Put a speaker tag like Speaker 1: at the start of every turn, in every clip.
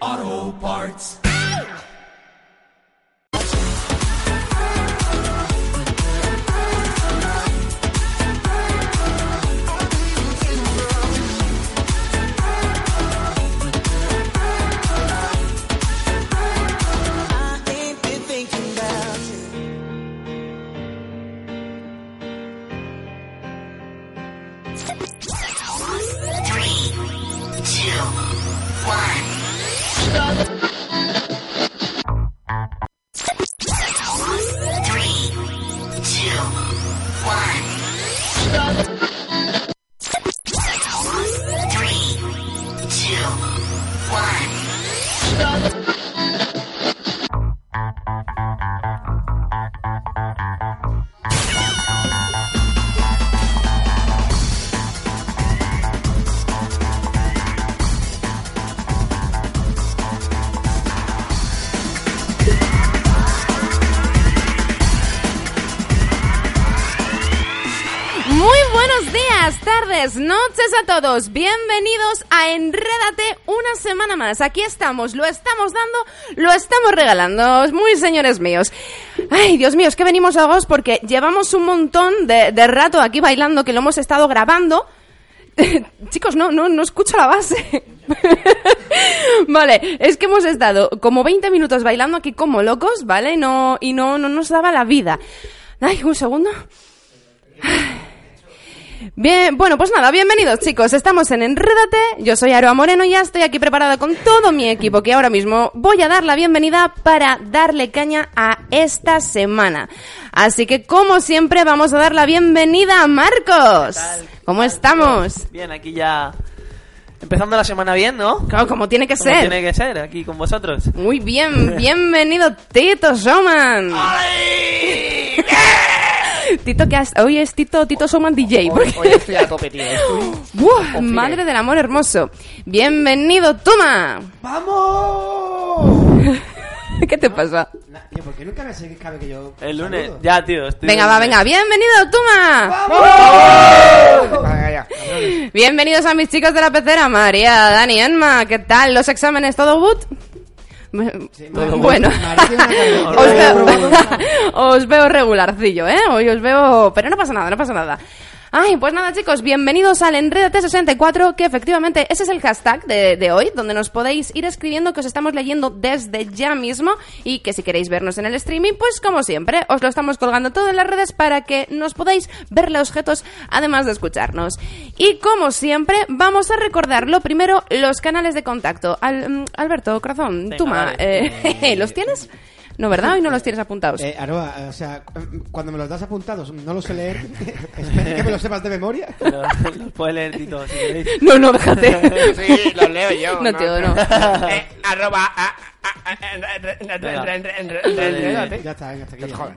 Speaker 1: Auto Parts.
Speaker 2: I ain't been thinking about you.
Speaker 3: Muy buenos días, tardes, noches a todos. Bienvenidos a Enrédate una semana más. Aquí estamos, lo estamos dando, lo estamos regalando. Muy señores míos. Ay, Dios mío, es que venimos a vos porque llevamos un montón de, de rato aquí bailando que lo hemos estado grabando. Chicos, no, no, no escucho la base. vale, es que hemos estado como 20 minutos bailando aquí como locos, ¿vale? No, y no, no nos daba la vida. Ay, un segundo. Bien, bueno, pues nada, bienvenidos chicos, estamos en Enrédate, yo soy Aroa Moreno y ya estoy aquí preparada con todo mi equipo que ahora mismo voy a dar la bienvenida para darle caña a esta semana. Así que como siempre vamos a dar la bienvenida a Marcos. ¿Cómo estamos?
Speaker 4: Bien, aquí ya empezando la semana bien, ¿no? Como
Speaker 3: Claro, como tiene que ser.
Speaker 4: tiene que ser, aquí con vosotros.
Speaker 3: Muy bien, bienvenido Tito Showman. Tito que has- hoy es Tito, Tito Showman DJ.
Speaker 4: Hoy,
Speaker 3: porque-
Speaker 4: hoy estoy a tope, tío. Estoy-
Speaker 3: ¡Buah!
Speaker 4: Confiré.
Speaker 3: madre del amor hermoso. Bienvenido Toma.
Speaker 5: ¡Vamos!
Speaker 3: ¿Qué te pasa?
Speaker 5: Na- tío, ¿por qué nunca me sé que cabe que yo.
Speaker 4: El lunes,
Speaker 5: saludo?
Speaker 4: ya, tío. estoy-
Speaker 3: Venga, va, venga. Bienvenido Toma.
Speaker 5: Venga, ya, cabrones.
Speaker 3: Bienvenidos a mis chicos de la pecera, María, Dani, Enma. ¿Qué tal? ¿Los exámenes todo boot?
Speaker 5: María-
Speaker 3: bueno,
Speaker 5: María tiene una
Speaker 3: os,
Speaker 5: cara de- María
Speaker 3: veo,
Speaker 5: tiene una cara
Speaker 3: os veo regularcillo, ¿eh? Hoy os veo... Pero no pasa nada, no pasa nada. Ay, pues nada chicos, bienvenidos al Enredate64, que efectivamente ese es el hashtag de, de hoy, donde nos podéis ir escribiendo que os estamos leyendo desde ya mismo y que si queréis vernos en el streaming, pues como siempre, os lo estamos colgando todo en las redes para que nos podáis ver los objetos además de escucharnos. Y como siempre, vamos a recordar lo primero los canales de contacto. Al- mm, Alberto, corazón,
Speaker 4: Venga,
Speaker 3: Tuma,
Speaker 4: dale.
Speaker 3: eh, ¿los tienes? No, ¿verdad? Hoy no los tienes apuntados.
Speaker 5: Eh, Aroa, eh, o sea, cu- cuando me los das apuntados, no los sé leer. Espero que me los sepas de memoria.
Speaker 4: Pero Los puedes leer, Tito, si queréis.
Speaker 3: No, no, déjate.
Speaker 6: Sí, lo leo yo.
Speaker 3: No, tío, no.
Speaker 6: Eh, arroba. a- a- a-
Speaker 5: Ya está, venga, hasta aquí.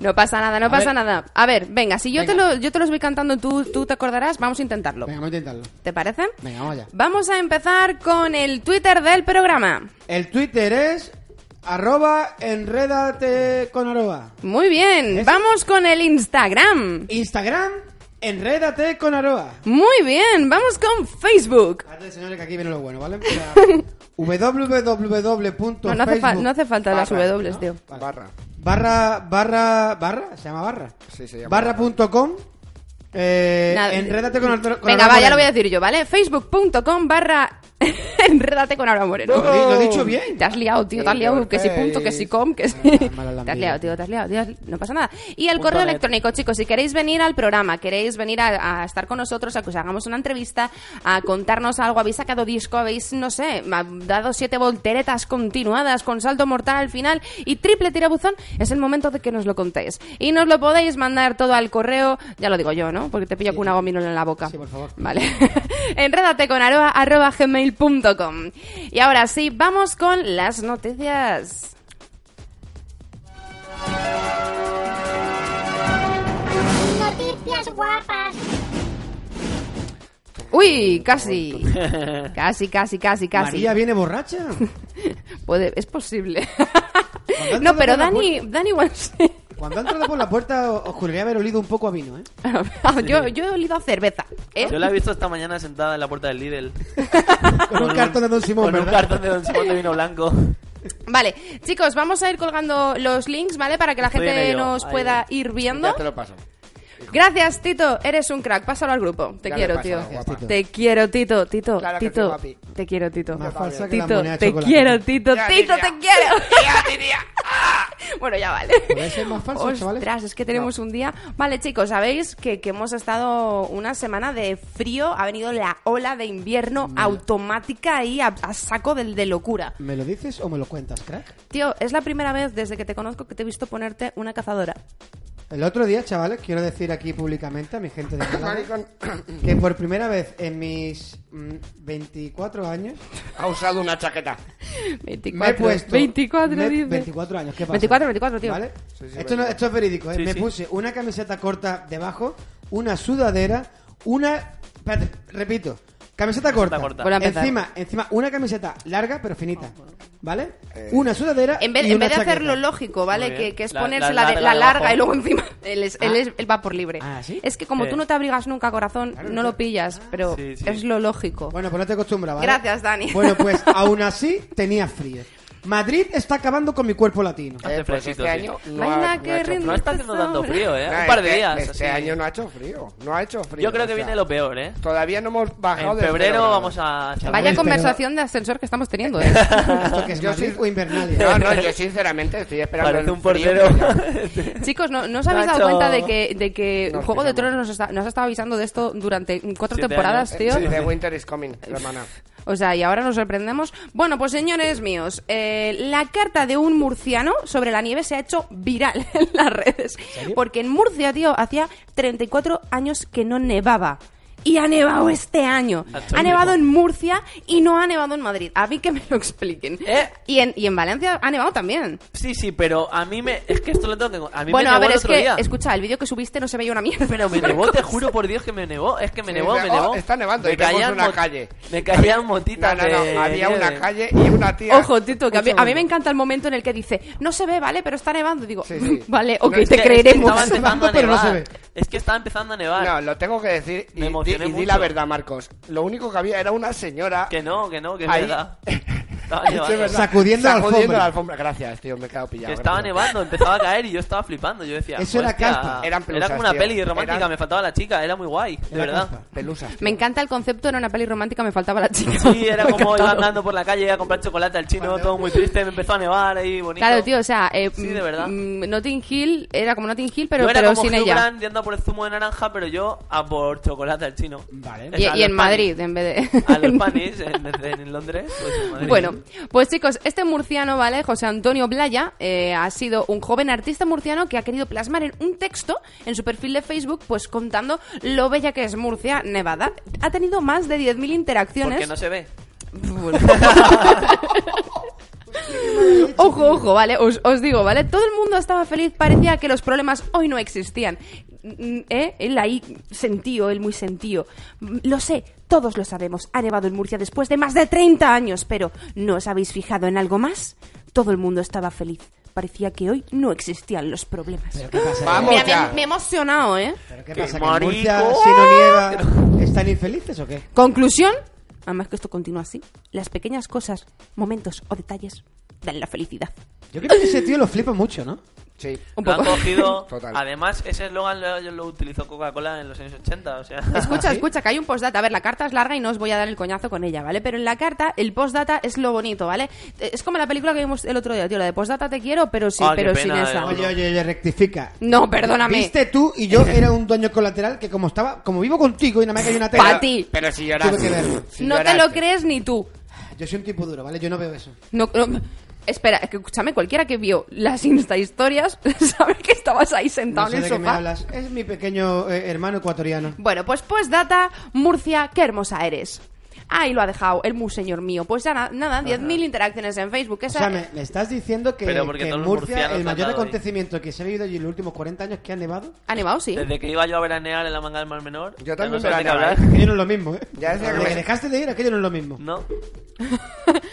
Speaker 3: No pasa nada, no pasa
Speaker 5: ver.
Speaker 3: nada. A ver, venga, si yo,
Speaker 5: Venga.
Speaker 3: Te, lo, yo te los voy cantando, tú, tú te acordarás, vamos a intentarlo.
Speaker 5: Venga, vamos a intentarlo.
Speaker 3: ¿Te parece?
Speaker 5: Venga, vamos allá.
Speaker 3: Vamos a empezar con el Twitter del programa.
Speaker 5: El Twitter es. Arroba enrédate con Aroa.
Speaker 3: Muy bien,
Speaker 5: Es-
Speaker 3: vamos con el Instagram.
Speaker 5: Instagram, enrédate con Aroa.
Speaker 3: Muy bien, vamos con Facebook.
Speaker 5: Hazte, señores, que aquí viene lo bueno, ¿vale? O sea,
Speaker 3: No, no, hace, fa-
Speaker 5: www.facebook
Speaker 3: no hace falta las
Speaker 6: Barra,
Speaker 3: W, tío.
Speaker 5: Vale.
Speaker 6: Barra.
Speaker 5: Barra, barra, barra, se llama barra.
Speaker 6: Sí, se llama
Speaker 5: Barra.com. Eh,
Speaker 3: Nada.
Speaker 5: enrédate con Arturo. con
Speaker 3: Venga,
Speaker 5: Aroa
Speaker 3: va, ya lo voy a
Speaker 5: Moreno.
Speaker 3: decir yo, ¿vale? Facebook.com barra enrédate con Aura Moreno.
Speaker 5: Lo di- lo he dicho bien.
Speaker 3: Te has liado, tío, te has liado. Que si punto, que si com, que si.
Speaker 5: Ah, mala
Speaker 3: Te
Speaker 5: lambida.
Speaker 3: has liado, tío, te has liado, tío, has- No pasa nada. Y el
Speaker 4: Punto
Speaker 3: correo
Speaker 4: net.
Speaker 3: electrónico, chicos, si queréis venir al programa, queréis venir a, a estar con nosotros, a que os hagamos una entrevista, a contarnos algo, habéis sacado disco, habéis, no sé, ha- dado siete volteretas continuadas con salto mortal al final y triple tirabuzón, es el momento de que nos lo contéis. Y nos lo podéis mandar todo al correo, ya lo digo yo, ¿no? Porque te pillo con una gominola en la boca.
Speaker 5: Sí, por favor.
Speaker 3: Vale. Enrédate con aroa, arroba gmail.com. Y ahora sí, vamos con las noticias. Uy, casi. Casi, casi, casi, casi.
Speaker 5: María viene borracha.
Speaker 3: Puede, es posible.
Speaker 5: entrado
Speaker 3: no, pero
Speaker 5: por la
Speaker 3: Dani, Dani igual sí.
Speaker 5: Cuando ha entrado por la puerta, o- os juraría haber olido un poco a vino, ¿eh?
Speaker 3: yo, yo he olido a cerveza. ¿eh?
Speaker 7: Yo la he visto esta mañana sentada en la puerta del Lidl.
Speaker 5: Con un cartón de Don Simón,
Speaker 7: Con un
Speaker 5: ¿verdad?
Speaker 7: cartón de Don Simón de vino blanco.
Speaker 6: Eh,
Speaker 3: Vale, chicos, vamos a ir colgando los links, ¿vale? Para que la
Speaker 7: Estoy en
Speaker 3: gente
Speaker 7: ello.
Speaker 3: nos
Speaker 7: Ahí.
Speaker 3: pueda ir viendo.
Speaker 6: Ya te lo paso.
Speaker 3: Gracias, Tito. Eres un crack. Pásalo al grupo. Te
Speaker 6: Ya lo
Speaker 3: quiero,
Speaker 6: he
Speaker 3: tío.
Speaker 6: pasado, guapa.
Speaker 5: Tito.
Speaker 3: Te quiero, Tito. Tito,
Speaker 6: Claro que sí,
Speaker 3: Tito.
Speaker 6: guapi.
Speaker 3: Te quiero, Tito.
Speaker 5: Más falsa que la
Speaker 3: Tito,
Speaker 5: moneda de
Speaker 3: te
Speaker 5: chocolate.
Speaker 3: quiero, Tito.
Speaker 6: Ya
Speaker 3: Tito,
Speaker 6: diría.
Speaker 3: te quiero.
Speaker 6: Ya diría. ¡Ah!
Speaker 3: Bueno, ya vale.
Speaker 5: Podéis ser Pues más falsos,
Speaker 3: Ostras,
Speaker 5: chavales.
Speaker 3: es que tenemos un día. Vale, chicos, sabéis que, que hemos estado una semana de frío. Ha venido la ola de invierno automática ahí a, a saco del de locura.
Speaker 5: ¿Me lo dices o me lo cuentas, crack?
Speaker 3: Tío, es la primera vez desde que te conozco que te he visto ponerte una cazadora.
Speaker 5: El otro día, chavales, quiero decir aquí públicamente a mi gente de Málaga que por primera vez en mis mm, 24 años
Speaker 6: Ha usado una chaqueta.
Speaker 3: 24.
Speaker 5: me he puesto
Speaker 3: 24,
Speaker 5: me-
Speaker 3: dice.
Speaker 5: 24 años, ¿qué pasa?
Speaker 3: 24, 24, tío.
Speaker 5: ¿Vale? esto, no- esto es verídico, ¿eh?
Speaker 7: Sí,
Speaker 5: me
Speaker 7: sí.
Speaker 5: puse una camiseta corta debajo, una sudadera, una espérate, repito, camiseta corta.
Speaker 7: corta.
Speaker 3: Vuelve a empezar. Ah,
Speaker 5: Encima, encima una camiseta larga pero finita, ¿vale?
Speaker 6: Eh.
Speaker 5: Una sudadera
Speaker 3: En vez,
Speaker 5: y
Speaker 3: en
Speaker 5: una
Speaker 3: vez de
Speaker 5: chaqueta.
Speaker 3: hacerlo lógico, ¿vale?
Speaker 7: Muy bien.
Speaker 3: Que, que es
Speaker 7: La-
Speaker 3: ponerse
Speaker 7: la
Speaker 3: la, de-
Speaker 7: larga
Speaker 3: la
Speaker 7: de
Speaker 3: larga
Speaker 7: abajo.
Speaker 3: y luego encima él es, él es- él va por libre.
Speaker 5: Ah, ¿sí?
Speaker 3: Es que como
Speaker 7: Sí.
Speaker 3: tú no te abrigas nunca, corazón,
Speaker 5: Claro, Ah,
Speaker 3: no lo pillas, pero
Speaker 7: Sí, sí.
Speaker 3: es lo lógico.
Speaker 5: Bueno, pues no te acostumbras, ¿vale?
Speaker 3: Gracias, Dani.
Speaker 5: Bueno, pues aún así tenía frío. Madrid está acabando con mi cuerpo latino.
Speaker 7: Hace
Speaker 6: Eh, pues
Speaker 7: fresquito,
Speaker 6: este
Speaker 7: sí.
Speaker 6: año no
Speaker 3: Baila
Speaker 6: ha, no
Speaker 3: que
Speaker 6: ha hecho
Speaker 3: rinde.
Speaker 7: No
Speaker 6: frío.
Speaker 7: está haciendo tanto frío, ¿eh?
Speaker 6: No,
Speaker 7: Un par de
Speaker 6: este-
Speaker 7: días.
Speaker 6: Este
Speaker 7: así.
Speaker 6: año no ha hecho frío. No ha hecho frío.
Speaker 7: Yo creo
Speaker 6: o
Speaker 7: que
Speaker 6: sea,
Speaker 7: viene lo peor, ¿eh?
Speaker 6: Todavía no hemos bajado
Speaker 7: En
Speaker 6: de
Speaker 7: febrero
Speaker 6: cero
Speaker 7: vamos
Speaker 6: grados.
Speaker 7: a...
Speaker 3: Vaya
Speaker 5: Pero-
Speaker 3: conversación de ascensor que estamos teniendo, ¿eh?
Speaker 5: Esto que es
Speaker 6: Yo
Speaker 5: Madrid
Speaker 6: sí-
Speaker 5: o Invernalia.
Speaker 6: No, no, yo sinceramente estoy esperando.
Speaker 7: Parece
Speaker 6: el
Speaker 7: un
Speaker 6: frío,
Speaker 7: portero.
Speaker 6: pero ya.
Speaker 3: Chicos, ¿no, no os habéis dado
Speaker 7: Nacho.
Speaker 3: cuenta de que, de que
Speaker 6: Nos
Speaker 3: Juego de
Speaker 6: pillamos.
Speaker 3: Tronos nos, está- nos ha estado avisando de esto durante cuatro
Speaker 7: Siete
Speaker 3: temporadas,
Speaker 7: años.
Speaker 3: tío?
Speaker 6: Sí, The winter is coming, hermana.
Speaker 3: O sea, y ahora nos sorprendemos. Bueno, pues señores míos, eh, la carta de un murciano sobre la nieve se ha hecho viral en las redes. Porque en Murcia, tío, hacía 34 años que no nevaba. Y ha nevado este año.
Speaker 7: Atónico.
Speaker 3: Ha nevado en Murcia y no ha nevado en Madrid. A mí que me lo expliquen.
Speaker 7: ¿Eh?
Speaker 3: Y, en, y en Valencia ha nevado también.
Speaker 7: Sí, sí, pero a mí me... Es que esto lo tengo... A mí
Speaker 3: bueno,
Speaker 7: me
Speaker 3: a
Speaker 7: nevó
Speaker 3: ver,
Speaker 7: el
Speaker 3: es
Speaker 7: otro
Speaker 3: que,
Speaker 7: día.
Speaker 3: escucha, el vídeo que subiste no se veía una mierda.
Speaker 7: Pero me nevó, te juro por Dios que me nevó. Es que me
Speaker 6: Sí,
Speaker 7: nevó, me
Speaker 6: oh,
Speaker 7: nevó.
Speaker 6: está nevando,
Speaker 7: Me
Speaker 6: y vemos
Speaker 7: caían
Speaker 6: una
Speaker 7: mot-
Speaker 6: calle.
Speaker 7: Me caían motitas
Speaker 6: No, no,
Speaker 7: de
Speaker 6: no. Había
Speaker 7: nieve.
Speaker 6: una calle y una tía.
Speaker 3: Ojo, Tito, que a
Speaker 6: Un
Speaker 3: mí, a mí
Speaker 6: segundo.
Speaker 3: me encanta el momento en el que dice, no se ve, ¿vale? Pero está nevando. Digo, "Mm,
Speaker 6: Sí, sí.
Speaker 3: vale,
Speaker 7: No,
Speaker 3: ok,
Speaker 7: es
Speaker 3: te
Speaker 7: que-
Speaker 3: creeremos.
Speaker 7: Es que, estaba empezando a
Speaker 5: Pero no se
Speaker 7: nevar. Es que estaba empezando a nevar.
Speaker 6: No, lo tengo que decir y,
Speaker 7: Me emocioné
Speaker 6: di- y di
Speaker 7: mucho.
Speaker 6: la verdad, Marcos. Lo único que había era una señora
Speaker 7: Que no, que no, que es
Speaker 6: Ahí.
Speaker 7: verdad. Estaba
Speaker 6: Sí,
Speaker 7: nevando.
Speaker 6: es verdad.
Speaker 5: Sacudiendo la alfombra.
Speaker 6: Gracias, tío, me he quedado pillado.
Speaker 7: Que estaba
Speaker 6: gracias.
Speaker 7: nevando, empezaba a caer y yo estaba flipando. Yo decía,
Speaker 5: Eso era
Speaker 7: "Hostia".
Speaker 5: caspa.
Speaker 6: Eran
Speaker 7: Era
Speaker 6: pelusas,
Speaker 7: como una
Speaker 6: tío.
Speaker 7: peli romántica,
Speaker 6: Eran-
Speaker 7: me faltaba la chica, era muy guay, de
Speaker 5: Era
Speaker 7: verdad.
Speaker 5: caspa.
Speaker 6: Pelusas. tío.
Speaker 3: Me encanta el concepto, era una peli romántica, me faltaba la chica.
Speaker 7: Sí, era
Speaker 3: Me
Speaker 7: como iba
Speaker 3: encantaba.
Speaker 7: andando por la calle a comprar chocolate al chino, todo muy triste, me empezó a nevar ahí, bonito.
Speaker 3: Claro, tío, o sea, eh,
Speaker 7: Sí, de verdad.
Speaker 3: mm, Notting Hill era como Notting Hill, pero,
Speaker 7: yo era
Speaker 3: pero
Speaker 7: como
Speaker 3: sin
Speaker 7: Hugh
Speaker 3: ella.
Speaker 7: Grant yendo a por el zumo de naranja, pero yo a por chocolate al chino.
Speaker 5: Vale.
Speaker 7: Es
Speaker 3: Y, y en
Speaker 7: a los Spanish.
Speaker 3: Madrid, en vez de...
Speaker 7: A los Spanish, en, vez de en Londres, pues en Madrid.
Speaker 3: Bueno, pues chicos, este murciano, ¿vale? José Antonio Blaya eh, ha sido un joven artista murciano que ha querido plasmar en un texto en su perfil de Facebook, pues contando lo bella que es Murcia, Nevada. Ha tenido más de 10.000 interacciones.
Speaker 7: Porque no se ve.
Speaker 3: Ojo, ojo, ¿vale? Os, os digo, ¿vale? Todo el mundo estaba feliz, parecía que los problemas hoy no existían. Mm, ¿Eh? Él ahí sentío, él muy sentío. Mm, Lo sé, todos lo sabemos. Ha nevado en Murcia después de más de 30 años, pero ¿no os habéis fijado en algo más? Todo el mundo estaba feliz. Parecía que hoy no existían los problemas.
Speaker 5: ¿Pero qué pasa?
Speaker 6: Vamos
Speaker 3: Mira,
Speaker 6: ya.
Speaker 3: me, me he emocionado, ¿eh?
Speaker 5: ¿Pero qué
Speaker 7: ¡Qué
Speaker 5: pasa? ¿Que en
Speaker 7: marico! ¡ah!
Speaker 5: Murcia, si no nieva, están infelices o qué?
Speaker 3: Conclusión, además que esto continúa así, las pequeñas cosas, momentos o detalles dan la felicidad.
Speaker 5: Yo creo que ese tío lo flipa mucho, ¿no?
Speaker 6: Sí.
Speaker 3: Un
Speaker 7: Lo han
Speaker 3: poco.
Speaker 7: cogido.
Speaker 6: Total.
Speaker 7: Además, ese eslogan lo, lo utilizó Coca-Cola en los años 80, o sea.
Speaker 3: Escucha, escucha, que hay un postdata. A ver, la carta es larga y no os voy a dar el coñazo con ella, ¿vale? Pero en la carta, el postdata es lo bonito, ¿vale? Eh, Es como la película que vimos el otro día, tío. La de postdata te quiero, pero sí,
Speaker 7: Ah, qué
Speaker 3: pero
Speaker 7: pena,
Speaker 3: sin esa.
Speaker 7: No, eh.
Speaker 5: Oye,
Speaker 7: no.
Speaker 5: oye, oye, rectifica.
Speaker 3: No, perdóname.
Speaker 5: Viste tú y yo era un dueño colateral que como estaba, como vivo contigo y nada más que hay una tele.
Speaker 3: Pa' ti.
Speaker 6: Pero si lloraste.
Speaker 5: Tuve que verlo.
Speaker 6: si
Speaker 3: No te
Speaker 6: lloraste.
Speaker 3: lo crees ni tú.
Speaker 5: Yo soy un tipo duro, ¿vale? Yo no veo eso.
Speaker 3: No, no- Espera, es que escúchame, cualquiera que vio las Insta historias sabe que estabas ahí sentado
Speaker 5: No sé
Speaker 3: en el
Speaker 5: de qué me
Speaker 3: sofá.
Speaker 5: hablas. Es mi pequeño eh, hermano ecuatoriano.
Speaker 3: Bueno, pues postdata, Murcia, qué hermosa eres. Ahí lo ha dejado, el mu señor mío. Pues ya na- nada, 10.000 interacciones en Facebook.
Speaker 5: O
Speaker 3: Esa,
Speaker 5: sea, me, me estás diciendo que,
Speaker 7: Pero porque
Speaker 5: que en
Speaker 7: todos los
Speaker 5: Murcia
Speaker 7: murcianos
Speaker 5: el
Speaker 7: han
Speaker 5: mayor
Speaker 7: dado ahí.
Speaker 5: acontecimiento que se ha vivido allí en los últimos 40 años que ha nevado,
Speaker 3: Animado, sí.
Speaker 7: Desde que iba yo a veranear en la manga del Mar Menor.
Speaker 6: Yo
Speaker 7: ya no
Speaker 6: también
Speaker 7: sé de qué
Speaker 6: veraneaba,
Speaker 7: hablar.
Speaker 6: ¿eh?
Speaker 5: aquello no es lo mismo, ¿eh?
Speaker 6: Ya decía que
Speaker 5: Desde
Speaker 6: me-
Speaker 5: que dejaste de ir, aquello no es lo mismo.
Speaker 7: No.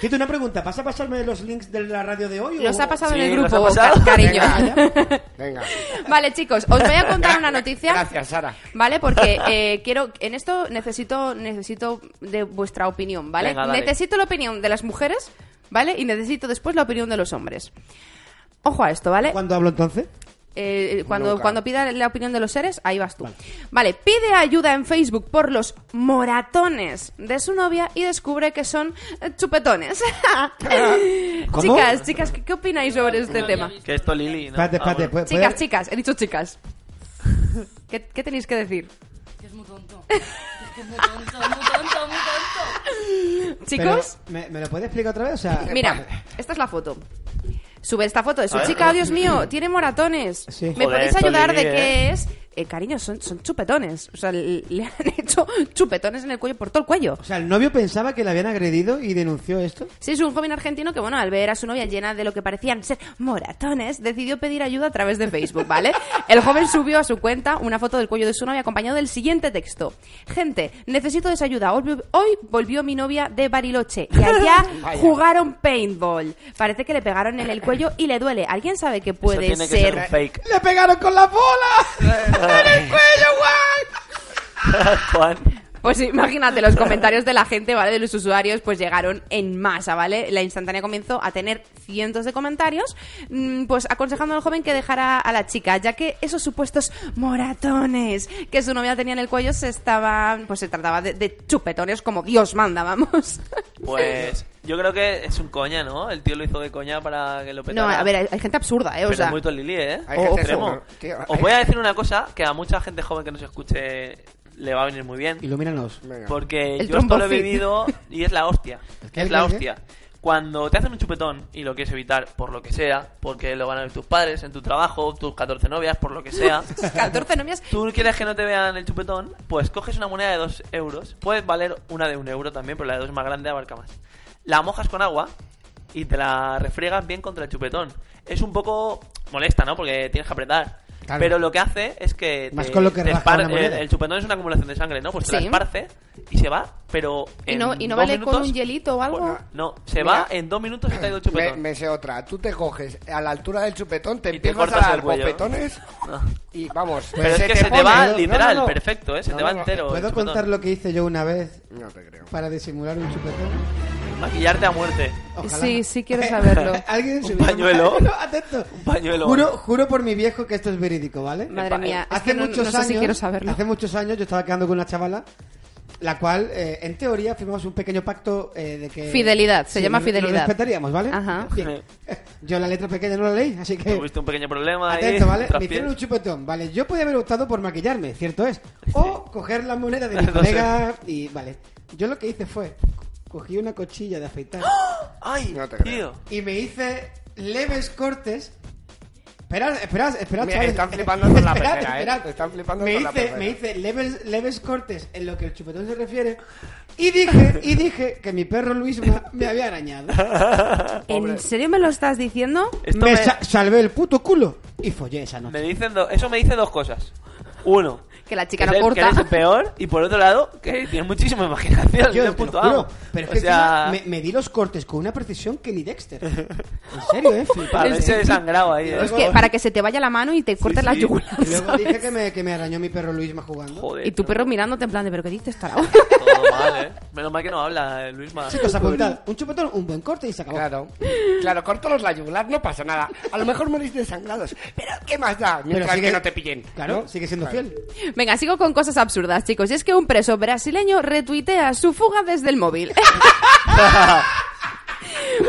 Speaker 5: Tito, una pregunta. ¿Vas a pasarme los links de la radio de hoy?
Speaker 3: Los
Speaker 5: o-
Speaker 3: ha pasado
Speaker 7: Sí,
Speaker 3: en el
Speaker 7: los ha
Speaker 3: grupo,
Speaker 7: pasado.
Speaker 3: ca- cariño.
Speaker 6: Venga, venga.
Speaker 3: vale, chicos, os voy a contar una noticia.
Speaker 6: Gracias, Sara.
Speaker 3: Vale, porque eh, quiero en esto necesito necesito de vuestra opinión, ¿vale?
Speaker 7: Venga, dale.
Speaker 3: necesito la opinión de las mujeres, ¿vale? Y necesito después la opinión de los hombres. Ojo a esto, ¿vale?
Speaker 5: ¿Cuándo hablo entonces?
Speaker 3: Eh, cuando,
Speaker 6: Nunca.
Speaker 3: cuando pida la opinión de los seres, ahí vas tú. Vale. pide ayuda en Facebook por los moratones de su novia y descubre que son eh, chupetones.
Speaker 5: ¿Cómo?
Speaker 3: Chicas, chicas, ¿qué, qué opináis sobre este tema?
Speaker 7: Que esto Lili, ¿no?
Speaker 5: Espérate,
Speaker 7: Ah,
Speaker 5: espérate.
Speaker 7: bueno.
Speaker 5: ¿puede-
Speaker 3: Chicas,
Speaker 5: puede-
Speaker 3: chicas, he dicho chicas. ¿Qué, qué tenéis que decir?
Speaker 8: Que es muy tonto. Es que es muy tonto, muy tonto, muy tonto.
Speaker 5: pero, eh,
Speaker 3: Chicos,
Speaker 5: ¿me, me lo puedes explicar otra vez? O sea,
Speaker 3: mira, esta es la foto. Sube esta foto de su
Speaker 7: A ver.
Speaker 3: chica, oh, Dios mío, tiene moratones.
Speaker 5: Sí.
Speaker 3: ¿Me
Speaker 7: Joder,
Speaker 3: podéis
Speaker 7: esto
Speaker 3: ayudar de
Speaker 7: Lili,
Speaker 3: qué es? Eh, cariño, son, son chupetones. O sea, le, le han hecho chupetones en el cuello, por todo el cuello.
Speaker 5: o sea, el novio pensaba que le habían agredido y denunció esto.
Speaker 3: Sí, es un joven argentino que, bueno, al ver a su novia llena de lo que parecían ser moratones, decidió pedir ayuda a través de Facebook, ¿vale? El joven subió a su cuenta una foto del cuello de su novia acompañado del siguiente texto. Gente, necesito desayuda. Hoy hoy volvió mi novia de Bariloche y allá
Speaker 6: Vaya.
Speaker 3: jugaron paintball. Parece que le pegaron en el cuello y le duele. ¿Alguien sabe qué puede
Speaker 7: Eso tiene que ser un fake.
Speaker 5: ¡Le pegaron con la bola!
Speaker 7: Juan.
Speaker 3: Pues imagínate, los comentarios de la gente, ¿vale? De los usuarios, pues llegaron en masa, ¿vale? La instantánea comenzó a tener cientos de comentarios, mm, pues aconsejando al joven que dejara a la chica, ya que esos supuestos moratones que su novia tenía en el cuello se estaban, pues se trataba de, de chupetones como Dios manda, vamos.
Speaker 7: Pues yo creo que es un coña, ¿no? El tío lo hizo de coña para que lo
Speaker 3: No,
Speaker 7: petara.
Speaker 3: a ver, hay, hay gente absurda, ¿eh? O
Speaker 7: Pero
Speaker 3: sea,
Speaker 7: es muy tolilí, ¿eh?
Speaker 6: Hay
Speaker 7: O-
Speaker 6: gente
Speaker 7: extremo.
Speaker 6: seguro, tío,
Speaker 7: Os
Speaker 6: hay-
Speaker 7: voy a decir una cosa que a mucha gente joven que nos escuche le va a venir muy bien.
Speaker 5: Ilumínanos.
Speaker 6: Venga.
Speaker 7: Porque
Speaker 3: El
Speaker 7: yo esto lo he
Speaker 3: trombofit.
Speaker 7: vivido y es la hostia.
Speaker 5: ¿Qué,
Speaker 7: es la
Speaker 5: qué, qué?
Speaker 7: hostia. Cuando te hacen un chupetón y lo quieres evitar por lo que sea, porque lo van a ver tus padres, en tu trabajo, tus 14 novias, por lo que sea,
Speaker 3: 14 novias.
Speaker 7: tú quieres que no te vean el chupetón, pues coges una moneda de 2 euros. Puedes valer una de 1 euro también, pero la de 2 más grande abarca más. La mojas con agua y te la refriegas bien contra el chupetón. Es un poco molesta, ¿no? Porque tienes que apretar.
Speaker 5: Claro.
Speaker 7: Pero lo que hace es que,
Speaker 5: Más con lo que
Speaker 7: te
Speaker 5: raja
Speaker 7: espar-
Speaker 5: una moneda.
Speaker 7: el, el chupetón es una acumulación de sangre, ¿no? Pues te la
Speaker 3: Sí.
Speaker 7: esparce y se va, pero
Speaker 3: ¿Y
Speaker 7: en
Speaker 3: no, y no
Speaker 7: dos
Speaker 3: vale con
Speaker 7: minutos-
Speaker 3: un hielito o algo?
Speaker 6: Bueno,
Speaker 7: No, se
Speaker 6: Mira.
Speaker 7: va en dos minutos y te ha ido el
Speaker 6: Me,
Speaker 7: chupetón.
Speaker 6: me sé otra. Tú te coges a la altura del chupetón, te
Speaker 7: Y te
Speaker 6: empiezas a
Speaker 7: cortas
Speaker 6: dar
Speaker 7: el cuello.
Speaker 6: bofetones
Speaker 7: No.
Speaker 6: y vamos.
Speaker 7: Pero es que se te
Speaker 6: pone-
Speaker 7: va
Speaker 6: No, no,
Speaker 7: literal,
Speaker 6: no.
Speaker 7: perfecto, ¿eh? Se
Speaker 6: No,
Speaker 7: te va
Speaker 6: no, no.
Speaker 7: entero. el
Speaker 5: ¿Puedo
Speaker 7: chupetón.
Speaker 5: contar lo que hice yo una vez
Speaker 6: No te creo.
Speaker 5: para disimular un chupetón?
Speaker 7: Maquillarte a muerte.
Speaker 5: Ojalá. Eh,
Speaker 3: Sí, sí quiero saberlo.
Speaker 5: ¿Alguien subió
Speaker 7: pañuelo?
Speaker 5: No, atento.
Speaker 7: Un pañuelo.
Speaker 5: Juro, juro por mi viejo que esto es verídico, ¿vale?
Speaker 7: eh,
Speaker 3: Madre mía, Ah, es
Speaker 5: hace
Speaker 3: que no,
Speaker 5: muchos
Speaker 3: no sé
Speaker 5: años,
Speaker 3: si quiero saberlo.
Speaker 5: Hace muchos años yo estaba quedando con una chavala, la cual, eh, en teoría, firmamos un pequeño pacto eh, de que...
Speaker 3: Fidelidad, se llama
Speaker 5: lo- Lo
Speaker 3: fidelidad.
Speaker 5: respetaríamos, ¿vale?
Speaker 3: Ajá.
Speaker 5: Bien. Yo la letra pequeña no la leí, así que...
Speaker 7: Tuviste un pequeño problema ahí.
Speaker 5: Atento, ¿vale? Me
Speaker 7: traspiés.
Speaker 5: hicieron un chupetón, ¿vale? Yo podía haber optado por maquillarme, cierto es. O coger la moneda de mi
Speaker 7: No sé.
Speaker 5: colega y, vale. Yo lo que hice fue, cogí una cochilla de afeitar
Speaker 7: Ay,
Speaker 6: No te creo.
Speaker 7: tío.
Speaker 5: y me hice leves cortes. Esperad, esperad, esperad.
Speaker 6: Me
Speaker 5: chavales.
Speaker 6: están flipando con la
Speaker 5: Esperad,
Speaker 6: pecera, ¿eh?
Speaker 5: esperad.
Speaker 6: Te están flipando
Speaker 5: me
Speaker 6: con la
Speaker 5: hice,
Speaker 6: pecera.
Speaker 5: Me hice leves, leves cortes en lo que el chupetón se refiere. Y dije, y dije que mi perro Luis ma- me había arañado.
Speaker 3: ¿En serio me lo estás diciendo?
Speaker 7: Esto
Speaker 5: me
Speaker 7: me,
Speaker 5: sa- salvé el puto culo y follé esa noche.
Speaker 7: me dicen do- eso me dice dos cosas. Uno,
Speaker 3: Que la chica
Speaker 7: que
Speaker 3: no
Speaker 7: eres- que
Speaker 3: corta.
Speaker 7: eres el peor. Y por otro lado, que tienes muchísima imaginación.
Speaker 5: Yo,
Speaker 7: de
Speaker 5: te
Speaker 7: puto
Speaker 5: lo juro.
Speaker 7: amo.
Speaker 5: Pero es
Speaker 7: o
Speaker 5: que
Speaker 7: sea,
Speaker 5: encima me, me di los cortes con una precisión que ni Dexter. En serio, eh, flipado.
Speaker 7: para ese desangrado ahí. ¿eh?
Speaker 3: Es que para que se te vaya la mano y te cortes la
Speaker 7: sí.
Speaker 3: yugular.
Speaker 5: Y luego dije
Speaker 3: ¿sabes?
Speaker 5: que me, que me arañó mi perro Luis más jugando.
Speaker 7: Joder.
Speaker 3: Y tu perro mirándote en plan de, ¿pero qué dices, tarao?
Speaker 7: Todo mal, eh. Menos mal que no habla, eh, Luisma.
Speaker 5: Chicos, apuntad. Un chupetón, un buen corte y se acabó.
Speaker 6: Claro, claro, cortaros la yugular, no pasa nada. A lo mejor morís desangrados, pero ¿qué más da? Mientras
Speaker 5: sigue-
Speaker 6: que no te pillen.
Speaker 5: Claro,
Speaker 6: ¿no?
Speaker 5: sigue siendo
Speaker 6: Claro.
Speaker 5: fiel.
Speaker 3: Venga, sigo con cosas absurdas, chicos. Y es que un preso brasileño retuitea su fuga desde el móvil.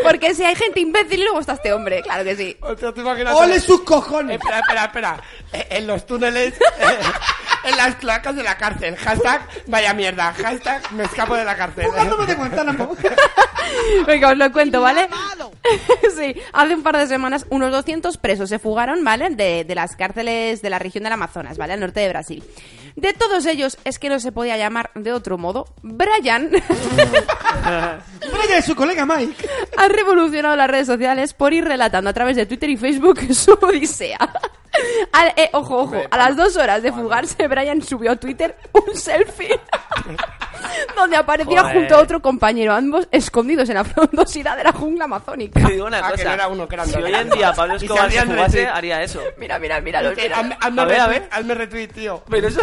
Speaker 3: Porque si hay gente imbécil, luego está este hombre, claro que sí.
Speaker 6: Ostras, ¿te imaginas?
Speaker 5: ¡Ole sus
Speaker 6: Eh,
Speaker 5: cojones!
Speaker 6: Espera, espera, espera. Eh, En los túneles, eh, en las cloacas de la cárcel. Hashtag, vaya mierda. Hashtag, me escapo de la cárcel.
Speaker 5: ¡Fugándome de Guantánamo!
Speaker 3: Venga, os lo cuento, ¿vale? sí, hace un par de semanas unos 200 presos se fugaron, ¿vale? De, de las cárceles de la región del Amazonas, ¿vale? Al norte de Brasil. De todos ellos, es que no se podía llamar de otro modo, Brian
Speaker 5: Hombre, ya es su colega Mike.
Speaker 3: ha revolucionado las redes sociales por ir relatando a través de Twitter y Facebook su odisea. Al- eh, ojo, ojo, a las dos horas de fugarse, Brian subió a Twitter un selfie donde aparecía
Speaker 7: Joder.
Speaker 3: junto a otro compañero, ambos escondidos en la frondosidad de la jungla amazónica.
Speaker 7: Te digo una
Speaker 6: Ah, que
Speaker 7: cosa.
Speaker 6: no era uno, que eran
Speaker 7: si
Speaker 6: dos.
Speaker 7: hoy en día Pablo
Speaker 6: Y se
Speaker 7: Escobar se
Speaker 6: hacían
Speaker 7: fugase,
Speaker 6: retweet.
Speaker 7: haría eso.
Speaker 3: Mira, mira, mira, los
Speaker 6: Eh, hazme- hazme
Speaker 7: A ver, a
Speaker 6: retweet,
Speaker 7: ver.
Speaker 6: Hazme retweet, tío.
Speaker 7: Pero eso.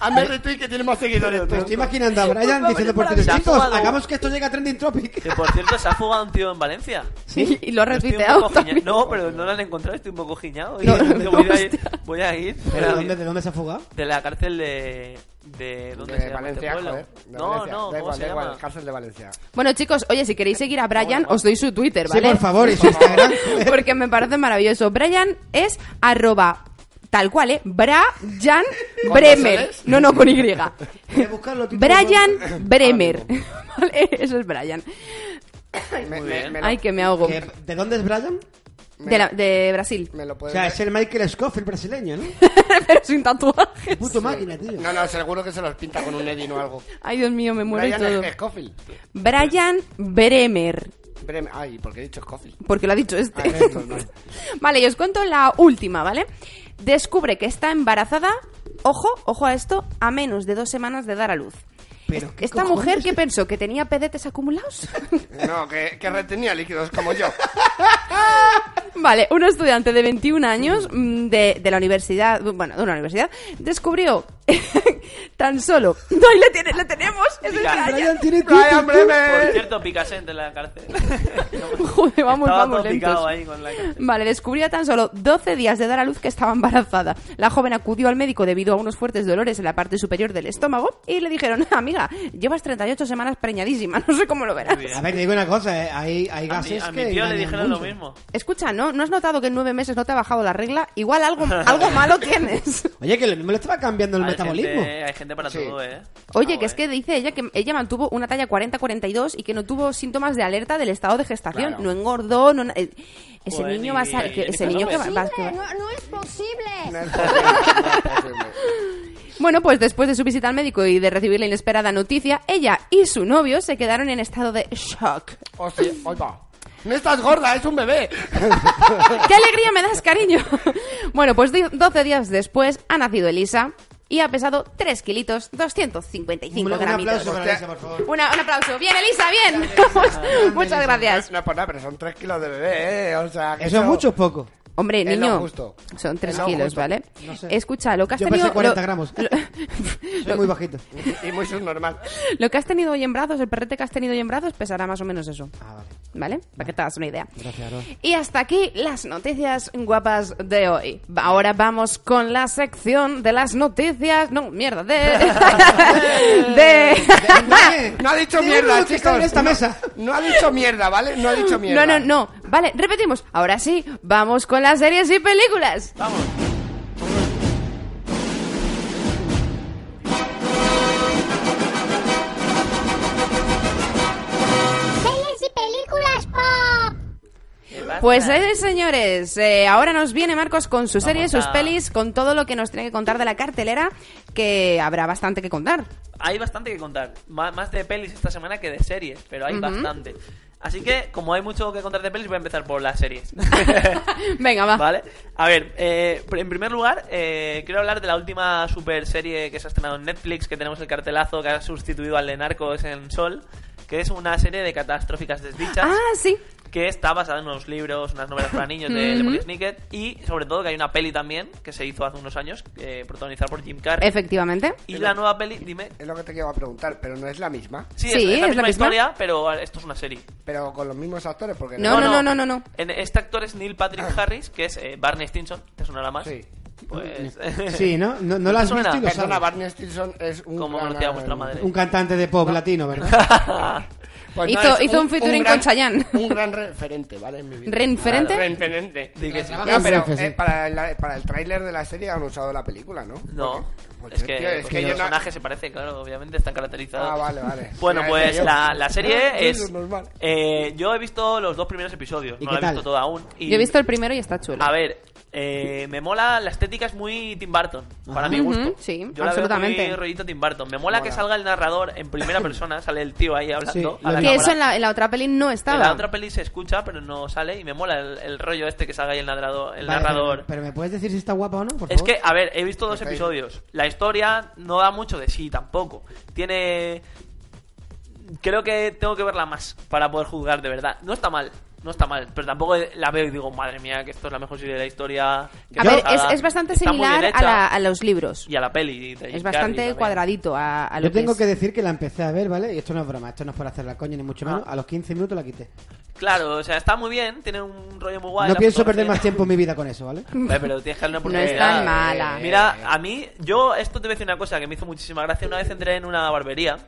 Speaker 6: Hazme retweet que tiene más seguidores.
Speaker 5: Me
Speaker 6: tú.
Speaker 5: estoy imaginando a Brian diciendo por
Speaker 7: Se
Speaker 5: Twitter,
Speaker 7: ha
Speaker 5: chicos,
Speaker 7: fumado.
Speaker 5: hagamos que esto llegue a Trending Topic.
Speaker 7: Que por cierto, se ha fugado un tío en Valencia.
Speaker 3: Sí, y lo ha
Speaker 7: Estoy un
Speaker 3: retuiteado
Speaker 7: poco giña-
Speaker 3: también.
Speaker 7: No, pero no lo han encontrado, estoy un poco giñado. Y
Speaker 3: No, no,
Speaker 7: digo, voy, a ir,
Speaker 3: hostia.
Speaker 7: voy a ir.
Speaker 5: ¿Pero ¿De
Speaker 7: eh.
Speaker 5: dónde, de dónde se ha fugado?
Speaker 7: De la cárcel de. de ¿Dónde se
Speaker 6: De
Speaker 7: llama este
Speaker 6: Valencia,
Speaker 7: pueblo?
Speaker 6: joder. De
Speaker 7: no,
Speaker 6: Valencia.
Speaker 7: no,
Speaker 6: Da
Speaker 7: ¿cómo
Speaker 6: igual,
Speaker 7: se
Speaker 6: da
Speaker 7: llama?
Speaker 6: igual, cárcel de Valencia.
Speaker 3: Bueno, chicos, oye, si queréis seguir a Brian, os doy su Twitter,
Speaker 5: Sí,
Speaker 3: ¿vale?
Speaker 5: por favor, y su Instagram.
Speaker 3: Porque me parece maravilloso. Brian es arroba tal cual, ¿eh? Brian Bremer. No, no, con Y.
Speaker 5: Voy a buscarlo, tío.
Speaker 3: Brian Bremer. Vale, eso es Brian.
Speaker 7: Muy
Speaker 6: Me- me-
Speaker 7: bien.
Speaker 6: me lo-
Speaker 3: Ay, que me ahogo.
Speaker 5: Que- ¿De dónde es Brian?
Speaker 3: De, la- de Brasil.
Speaker 6: me lo
Speaker 5: O
Speaker 6: puedes
Speaker 5: sea,
Speaker 6: ver.
Speaker 5: es el Michael Scofield brasileño, ¿no?
Speaker 3: Pero sin tatuajes.
Speaker 5: Puto máquina, tío.
Speaker 6: No, no, seguro que se los pinta con un Edin o algo.
Speaker 3: Ay, Dios mío, me muero y
Speaker 6: Brian
Speaker 3: todo.
Speaker 6: Scofield.
Speaker 3: Brian Bremer.
Speaker 6: Brem- Ay, ¿por qué he dicho Scofield?
Speaker 3: Porque lo ha dicho
Speaker 6: Ah,
Speaker 3: este.
Speaker 6: no,
Speaker 5: pues,
Speaker 6: no, no.
Speaker 3: Vale, y os cuento la última, ¿vale? Descubre que está embarazada, ojo, ojo a esto, a menos de dos semanas de dar a luz.
Speaker 5: Pero,
Speaker 3: Est-
Speaker 5: ¿qué
Speaker 3: Esta
Speaker 5: cojones?
Speaker 3: mujer que pensó que tenía pedetes acumulados.
Speaker 6: No, que, que retenía líquidos como yo.
Speaker 3: vale, un estudiante de 21 años mm, de, de la universidad, bueno, de una universidad, descubrió tan solo... ¡No, ahí le, tiene- le tenemos! ¡Es el
Speaker 7: Brian.
Speaker 3: Brian!
Speaker 5: Brian tiene
Speaker 6: Brian
Speaker 5: Twitter. tú.
Speaker 7: Por
Speaker 6: Bremer.
Speaker 7: cierto, Picasso de la cárcel.
Speaker 3: Joder, vamos,
Speaker 7: Estaba
Speaker 3: vamos,
Speaker 7: todo
Speaker 3: lentos.
Speaker 7: picado ahí con la cárcel.
Speaker 3: Vale, descubría tan solo 12 días de dar a luz que estaba embarazada. La joven acudió al médico debido a unos fuertes dolores en la parte superior del estómago y le dijeron, amiga, llevas 38 semanas preñadísima, no sé cómo lo
Speaker 6: Ah,
Speaker 3: verás.
Speaker 5: A ver, te digo una cosa, eh, hay, hay
Speaker 7: A mi,
Speaker 5: gases
Speaker 7: a mi
Speaker 5: que...
Speaker 7: tío le
Speaker 5: dañan
Speaker 7: dijeron lo
Speaker 5: mucho.
Speaker 7: mismo.
Speaker 3: Escucha, ¿no? ¿No has notado que en nueve meses no te ha bajado la regla? Igual algo, algo malo tienes.
Speaker 5: Oye, que lo mismo le estaba cambiando el
Speaker 7: Hay
Speaker 5: metabolismo.
Speaker 7: gente- hay gente para
Speaker 6: Sí.
Speaker 7: todo, ¿eh?
Speaker 3: Oye,
Speaker 7: Ah,
Speaker 3: que es que
Speaker 7: bueno.
Speaker 3: dice ella que ella mantuvo una talla 40-42 y que no tuvo síntomas de alerta del estado de gestación.
Speaker 6: Claro.
Speaker 3: No engordó, no... na- eh, Ese
Speaker 7: Joder,
Speaker 3: niño
Speaker 7: ni-
Speaker 3: va a sal- que-
Speaker 7: ni-
Speaker 3: ese
Speaker 7: ni-
Speaker 3: niño que va, va- que va-
Speaker 9: Posible, no, no es posible.
Speaker 6: No es posible, no es posible.
Speaker 3: Bueno, pues después de su visita al médico y de recibir la inesperada noticia, ella y su novio se quedaron en estado de shock.
Speaker 6: Hostia, hoy va. Oh, No estás gorda, es un bebé.
Speaker 3: ¡Qué alegría me das, cariño! Bueno, pues di- 12 días después ha nacido Elisa y ha pesado 3 kilitos, 255
Speaker 5: Un, un
Speaker 3: gramitos.
Speaker 5: aplauso para
Speaker 6: Hostia.
Speaker 5: Elisa, por favor.
Speaker 3: Una- un aplauso. Bien, Elisa, bien. Muchas gracias.
Speaker 6: No, pues nada, pero son 3 kilos de bebé, ¿eh? O sea, que
Speaker 5: ¿Eso es mucho o poco?
Speaker 3: Hombre,
Speaker 6: Es lo
Speaker 3: niño,
Speaker 6: justo.
Speaker 3: son 3
Speaker 6: Es lo
Speaker 3: kilos,
Speaker 6: justo.
Speaker 3: ¿vale?
Speaker 5: No sé.
Speaker 3: Escucha, lo que has
Speaker 5: Yo
Speaker 3: tenido...
Speaker 5: pesé 40
Speaker 3: lo-
Speaker 5: gramos.
Speaker 3: lo-
Speaker 5: Soy muy bajito.
Speaker 6: Y muy subnormal.
Speaker 3: lo que has tenido hoy en brazos, el perrete que has tenido hoy en brazos, pesará más o menos eso.
Speaker 5: Ah, vale.
Speaker 3: ¿Vale? Para que te hagas una idea.
Speaker 5: Gracias, Aroa.
Speaker 3: Y hasta aquí las noticias guapas de hoy. Ahora vamos con la sección de las noticias. No, mierda, de. de.
Speaker 6: No ha dicho
Speaker 5: Tiene
Speaker 6: mierda,
Speaker 5: uno que está
Speaker 6: chicos.
Speaker 5: en esta
Speaker 6: no,
Speaker 5: mesa.
Speaker 6: No ha dicho mierda, ¿vale? No ha dicho
Speaker 3: No,
Speaker 6: mierda.
Speaker 3: no, no. Vale, repetimos. Ahora sí, vamos con las series y películas.
Speaker 7: Vamos.
Speaker 9: Series y películas pop.
Speaker 3: Pues eh, señores, eh, ahora nos viene Marcos con sus series, sus
Speaker 7: a-
Speaker 3: pelis, con todo lo que nos tiene que contar de la cartelera, que habrá bastante que contar.
Speaker 7: Hay bastante que contar. Má- Más de pelis esta semana que de series, pero hay bastante. Así que, como hay mucho que contar de pelis, voy a empezar por las series.
Speaker 3: Venga, va.
Speaker 7: ¿Vale? A ver, eh, pr- en primer lugar, eh, quiero hablar de la última super serie que se ha estrenado en Netflix, que tenemos el cartelazo que ha sustituido al de Narcos en Sol, que es una serie de catastróficas desdichas
Speaker 3: Ah, sí.
Speaker 7: que está basada en unos libros, unas novelas para niños de, de Polly Snicket y sobre todo que hay una peli también que se hizo hace unos años, eh, protagonizada por Jim Carrey.
Speaker 3: Efectivamente.
Speaker 7: y la nueva peli, dime...
Speaker 6: Es lo que te quiero preguntar, pero no es la misma.
Speaker 7: Sí,
Speaker 3: Sí,
Speaker 7: es, es la
Speaker 3: es la
Speaker 7: misma
Speaker 3: misma.
Speaker 7: historia, pero esto es una serie.
Speaker 6: Pero con los mismos actores, porque
Speaker 3: No, no, no, no, no, no.
Speaker 7: En- Este actor es Neil Patrick Harris, que es eh, Barney Stinson, te sonará más.
Speaker 6: Sí. Ah,
Speaker 7: Pues...
Speaker 5: Sí, ¿no? No, no la has
Speaker 7: Suena,
Speaker 5: visto y lo
Speaker 6: Perdona,
Speaker 5: sabes.
Speaker 6: Barney Stinson es un
Speaker 7: Como
Speaker 6: gran-
Speaker 7: conocía vuestra madre.
Speaker 5: Un cantante de pop latino, ¿verdad?
Speaker 6: Pues no,
Speaker 3: Hizo-
Speaker 6: es
Speaker 3: hizo un featuring
Speaker 6: gran-
Speaker 3: con Chayanne.
Speaker 6: Un gran referente, ¿vale? En mi vida.
Speaker 3: ¿Renferente?
Speaker 6: Renferente.
Speaker 7: Di que sí.
Speaker 6: No,
Speaker 5: Es
Speaker 6: pero
Speaker 5: referente.
Speaker 6: eh, para, la- para el tráiler de la serie han usado la película, ¿no?
Speaker 7: No.
Speaker 6: Porque-
Speaker 7: Es que,
Speaker 6: tío,
Speaker 7: porque
Speaker 6: yo
Speaker 7: los
Speaker 6: no-
Speaker 7: personajes se parecen, claro, obviamente están caracterizados.
Speaker 6: Ah, vale, vale.
Speaker 7: Bueno,
Speaker 6: Ya
Speaker 7: pues
Speaker 6: decía yo.
Speaker 7: la, la
Speaker 6: Ah,
Speaker 7: serie
Speaker 6: tío,
Speaker 7: es...
Speaker 6: normal.
Speaker 7: eh, yo he visto los dos primeros episodios,
Speaker 5: ¿Y
Speaker 7: no la
Speaker 5: qué
Speaker 7: he visto
Speaker 5: tal?
Speaker 7: toda aún. y-
Speaker 3: Yo he visto el primero y está chulo.
Speaker 7: A ver, eh, me mola, la estética es muy Tim Burton, para mi gusto.
Speaker 3: Ujú, sí,
Speaker 7: Yo la veo
Speaker 3: absolutamente.
Speaker 7: muy rollito Tim Burton. Me mola, que salga el narrador en primera persona, sale el tío ahí hablando.
Speaker 5: Sí,
Speaker 7: a la
Speaker 3: que eso
Speaker 7: cámara.
Speaker 3: en la, en la otra peli no
Speaker 7: En
Speaker 3: estaba.
Speaker 7: la otra peli se escucha, pero no sale y me mola el, el rollo este que salga ahí el narrador. El
Speaker 5: Vale, pero-
Speaker 7: narrador.
Speaker 5: Pero, me puedes decir si está guapa o no, por
Speaker 7: Es
Speaker 5: favor?
Speaker 7: que, a ver, he visto dos
Speaker 6: Está ahí.
Speaker 7: episodios. La historia no da mucho de sí tampoco. Tiene... Creo que tengo que verla más para poder juzgar de verdad. No está mal, no está mal, pero tampoco la veo y digo, madre mía, que esto es la mejor serie de la historia. que
Speaker 3: A
Speaker 7: está
Speaker 3: ver, es,
Speaker 7: haga".
Speaker 3: es bastante
Speaker 7: Está muy
Speaker 3: similar
Speaker 7: bien
Speaker 3: a, la-
Speaker 7: hecha
Speaker 3: a los libros.
Speaker 7: Y a la peli. de Jim
Speaker 3: Es bastante
Speaker 7: Carrey también.
Speaker 3: cuadradito a, a lo
Speaker 5: Yo tengo
Speaker 3: es.
Speaker 5: que decir que la empecé a ver, ¿vale? Y esto no es broma, esto no es por hacer la coña ni
Speaker 7: Ah.
Speaker 5: mucho menos. A los 15 minutos la quité.
Speaker 7: Claro, o sea, está muy bien, tiene un rollo muy guay.
Speaker 5: no
Speaker 7: la
Speaker 5: pienso perder
Speaker 7: fotografía.
Speaker 5: más tiempo en mi vida con eso, ¿vale?
Speaker 7: Hombre, pero tienes que darle una
Speaker 3: No
Speaker 7: oportunidad.
Speaker 3: es tan mala.
Speaker 7: Mira, a mí, yo, esto te voy a decir una cosa que me hizo muchísima gracia. Una vez entré en una barbería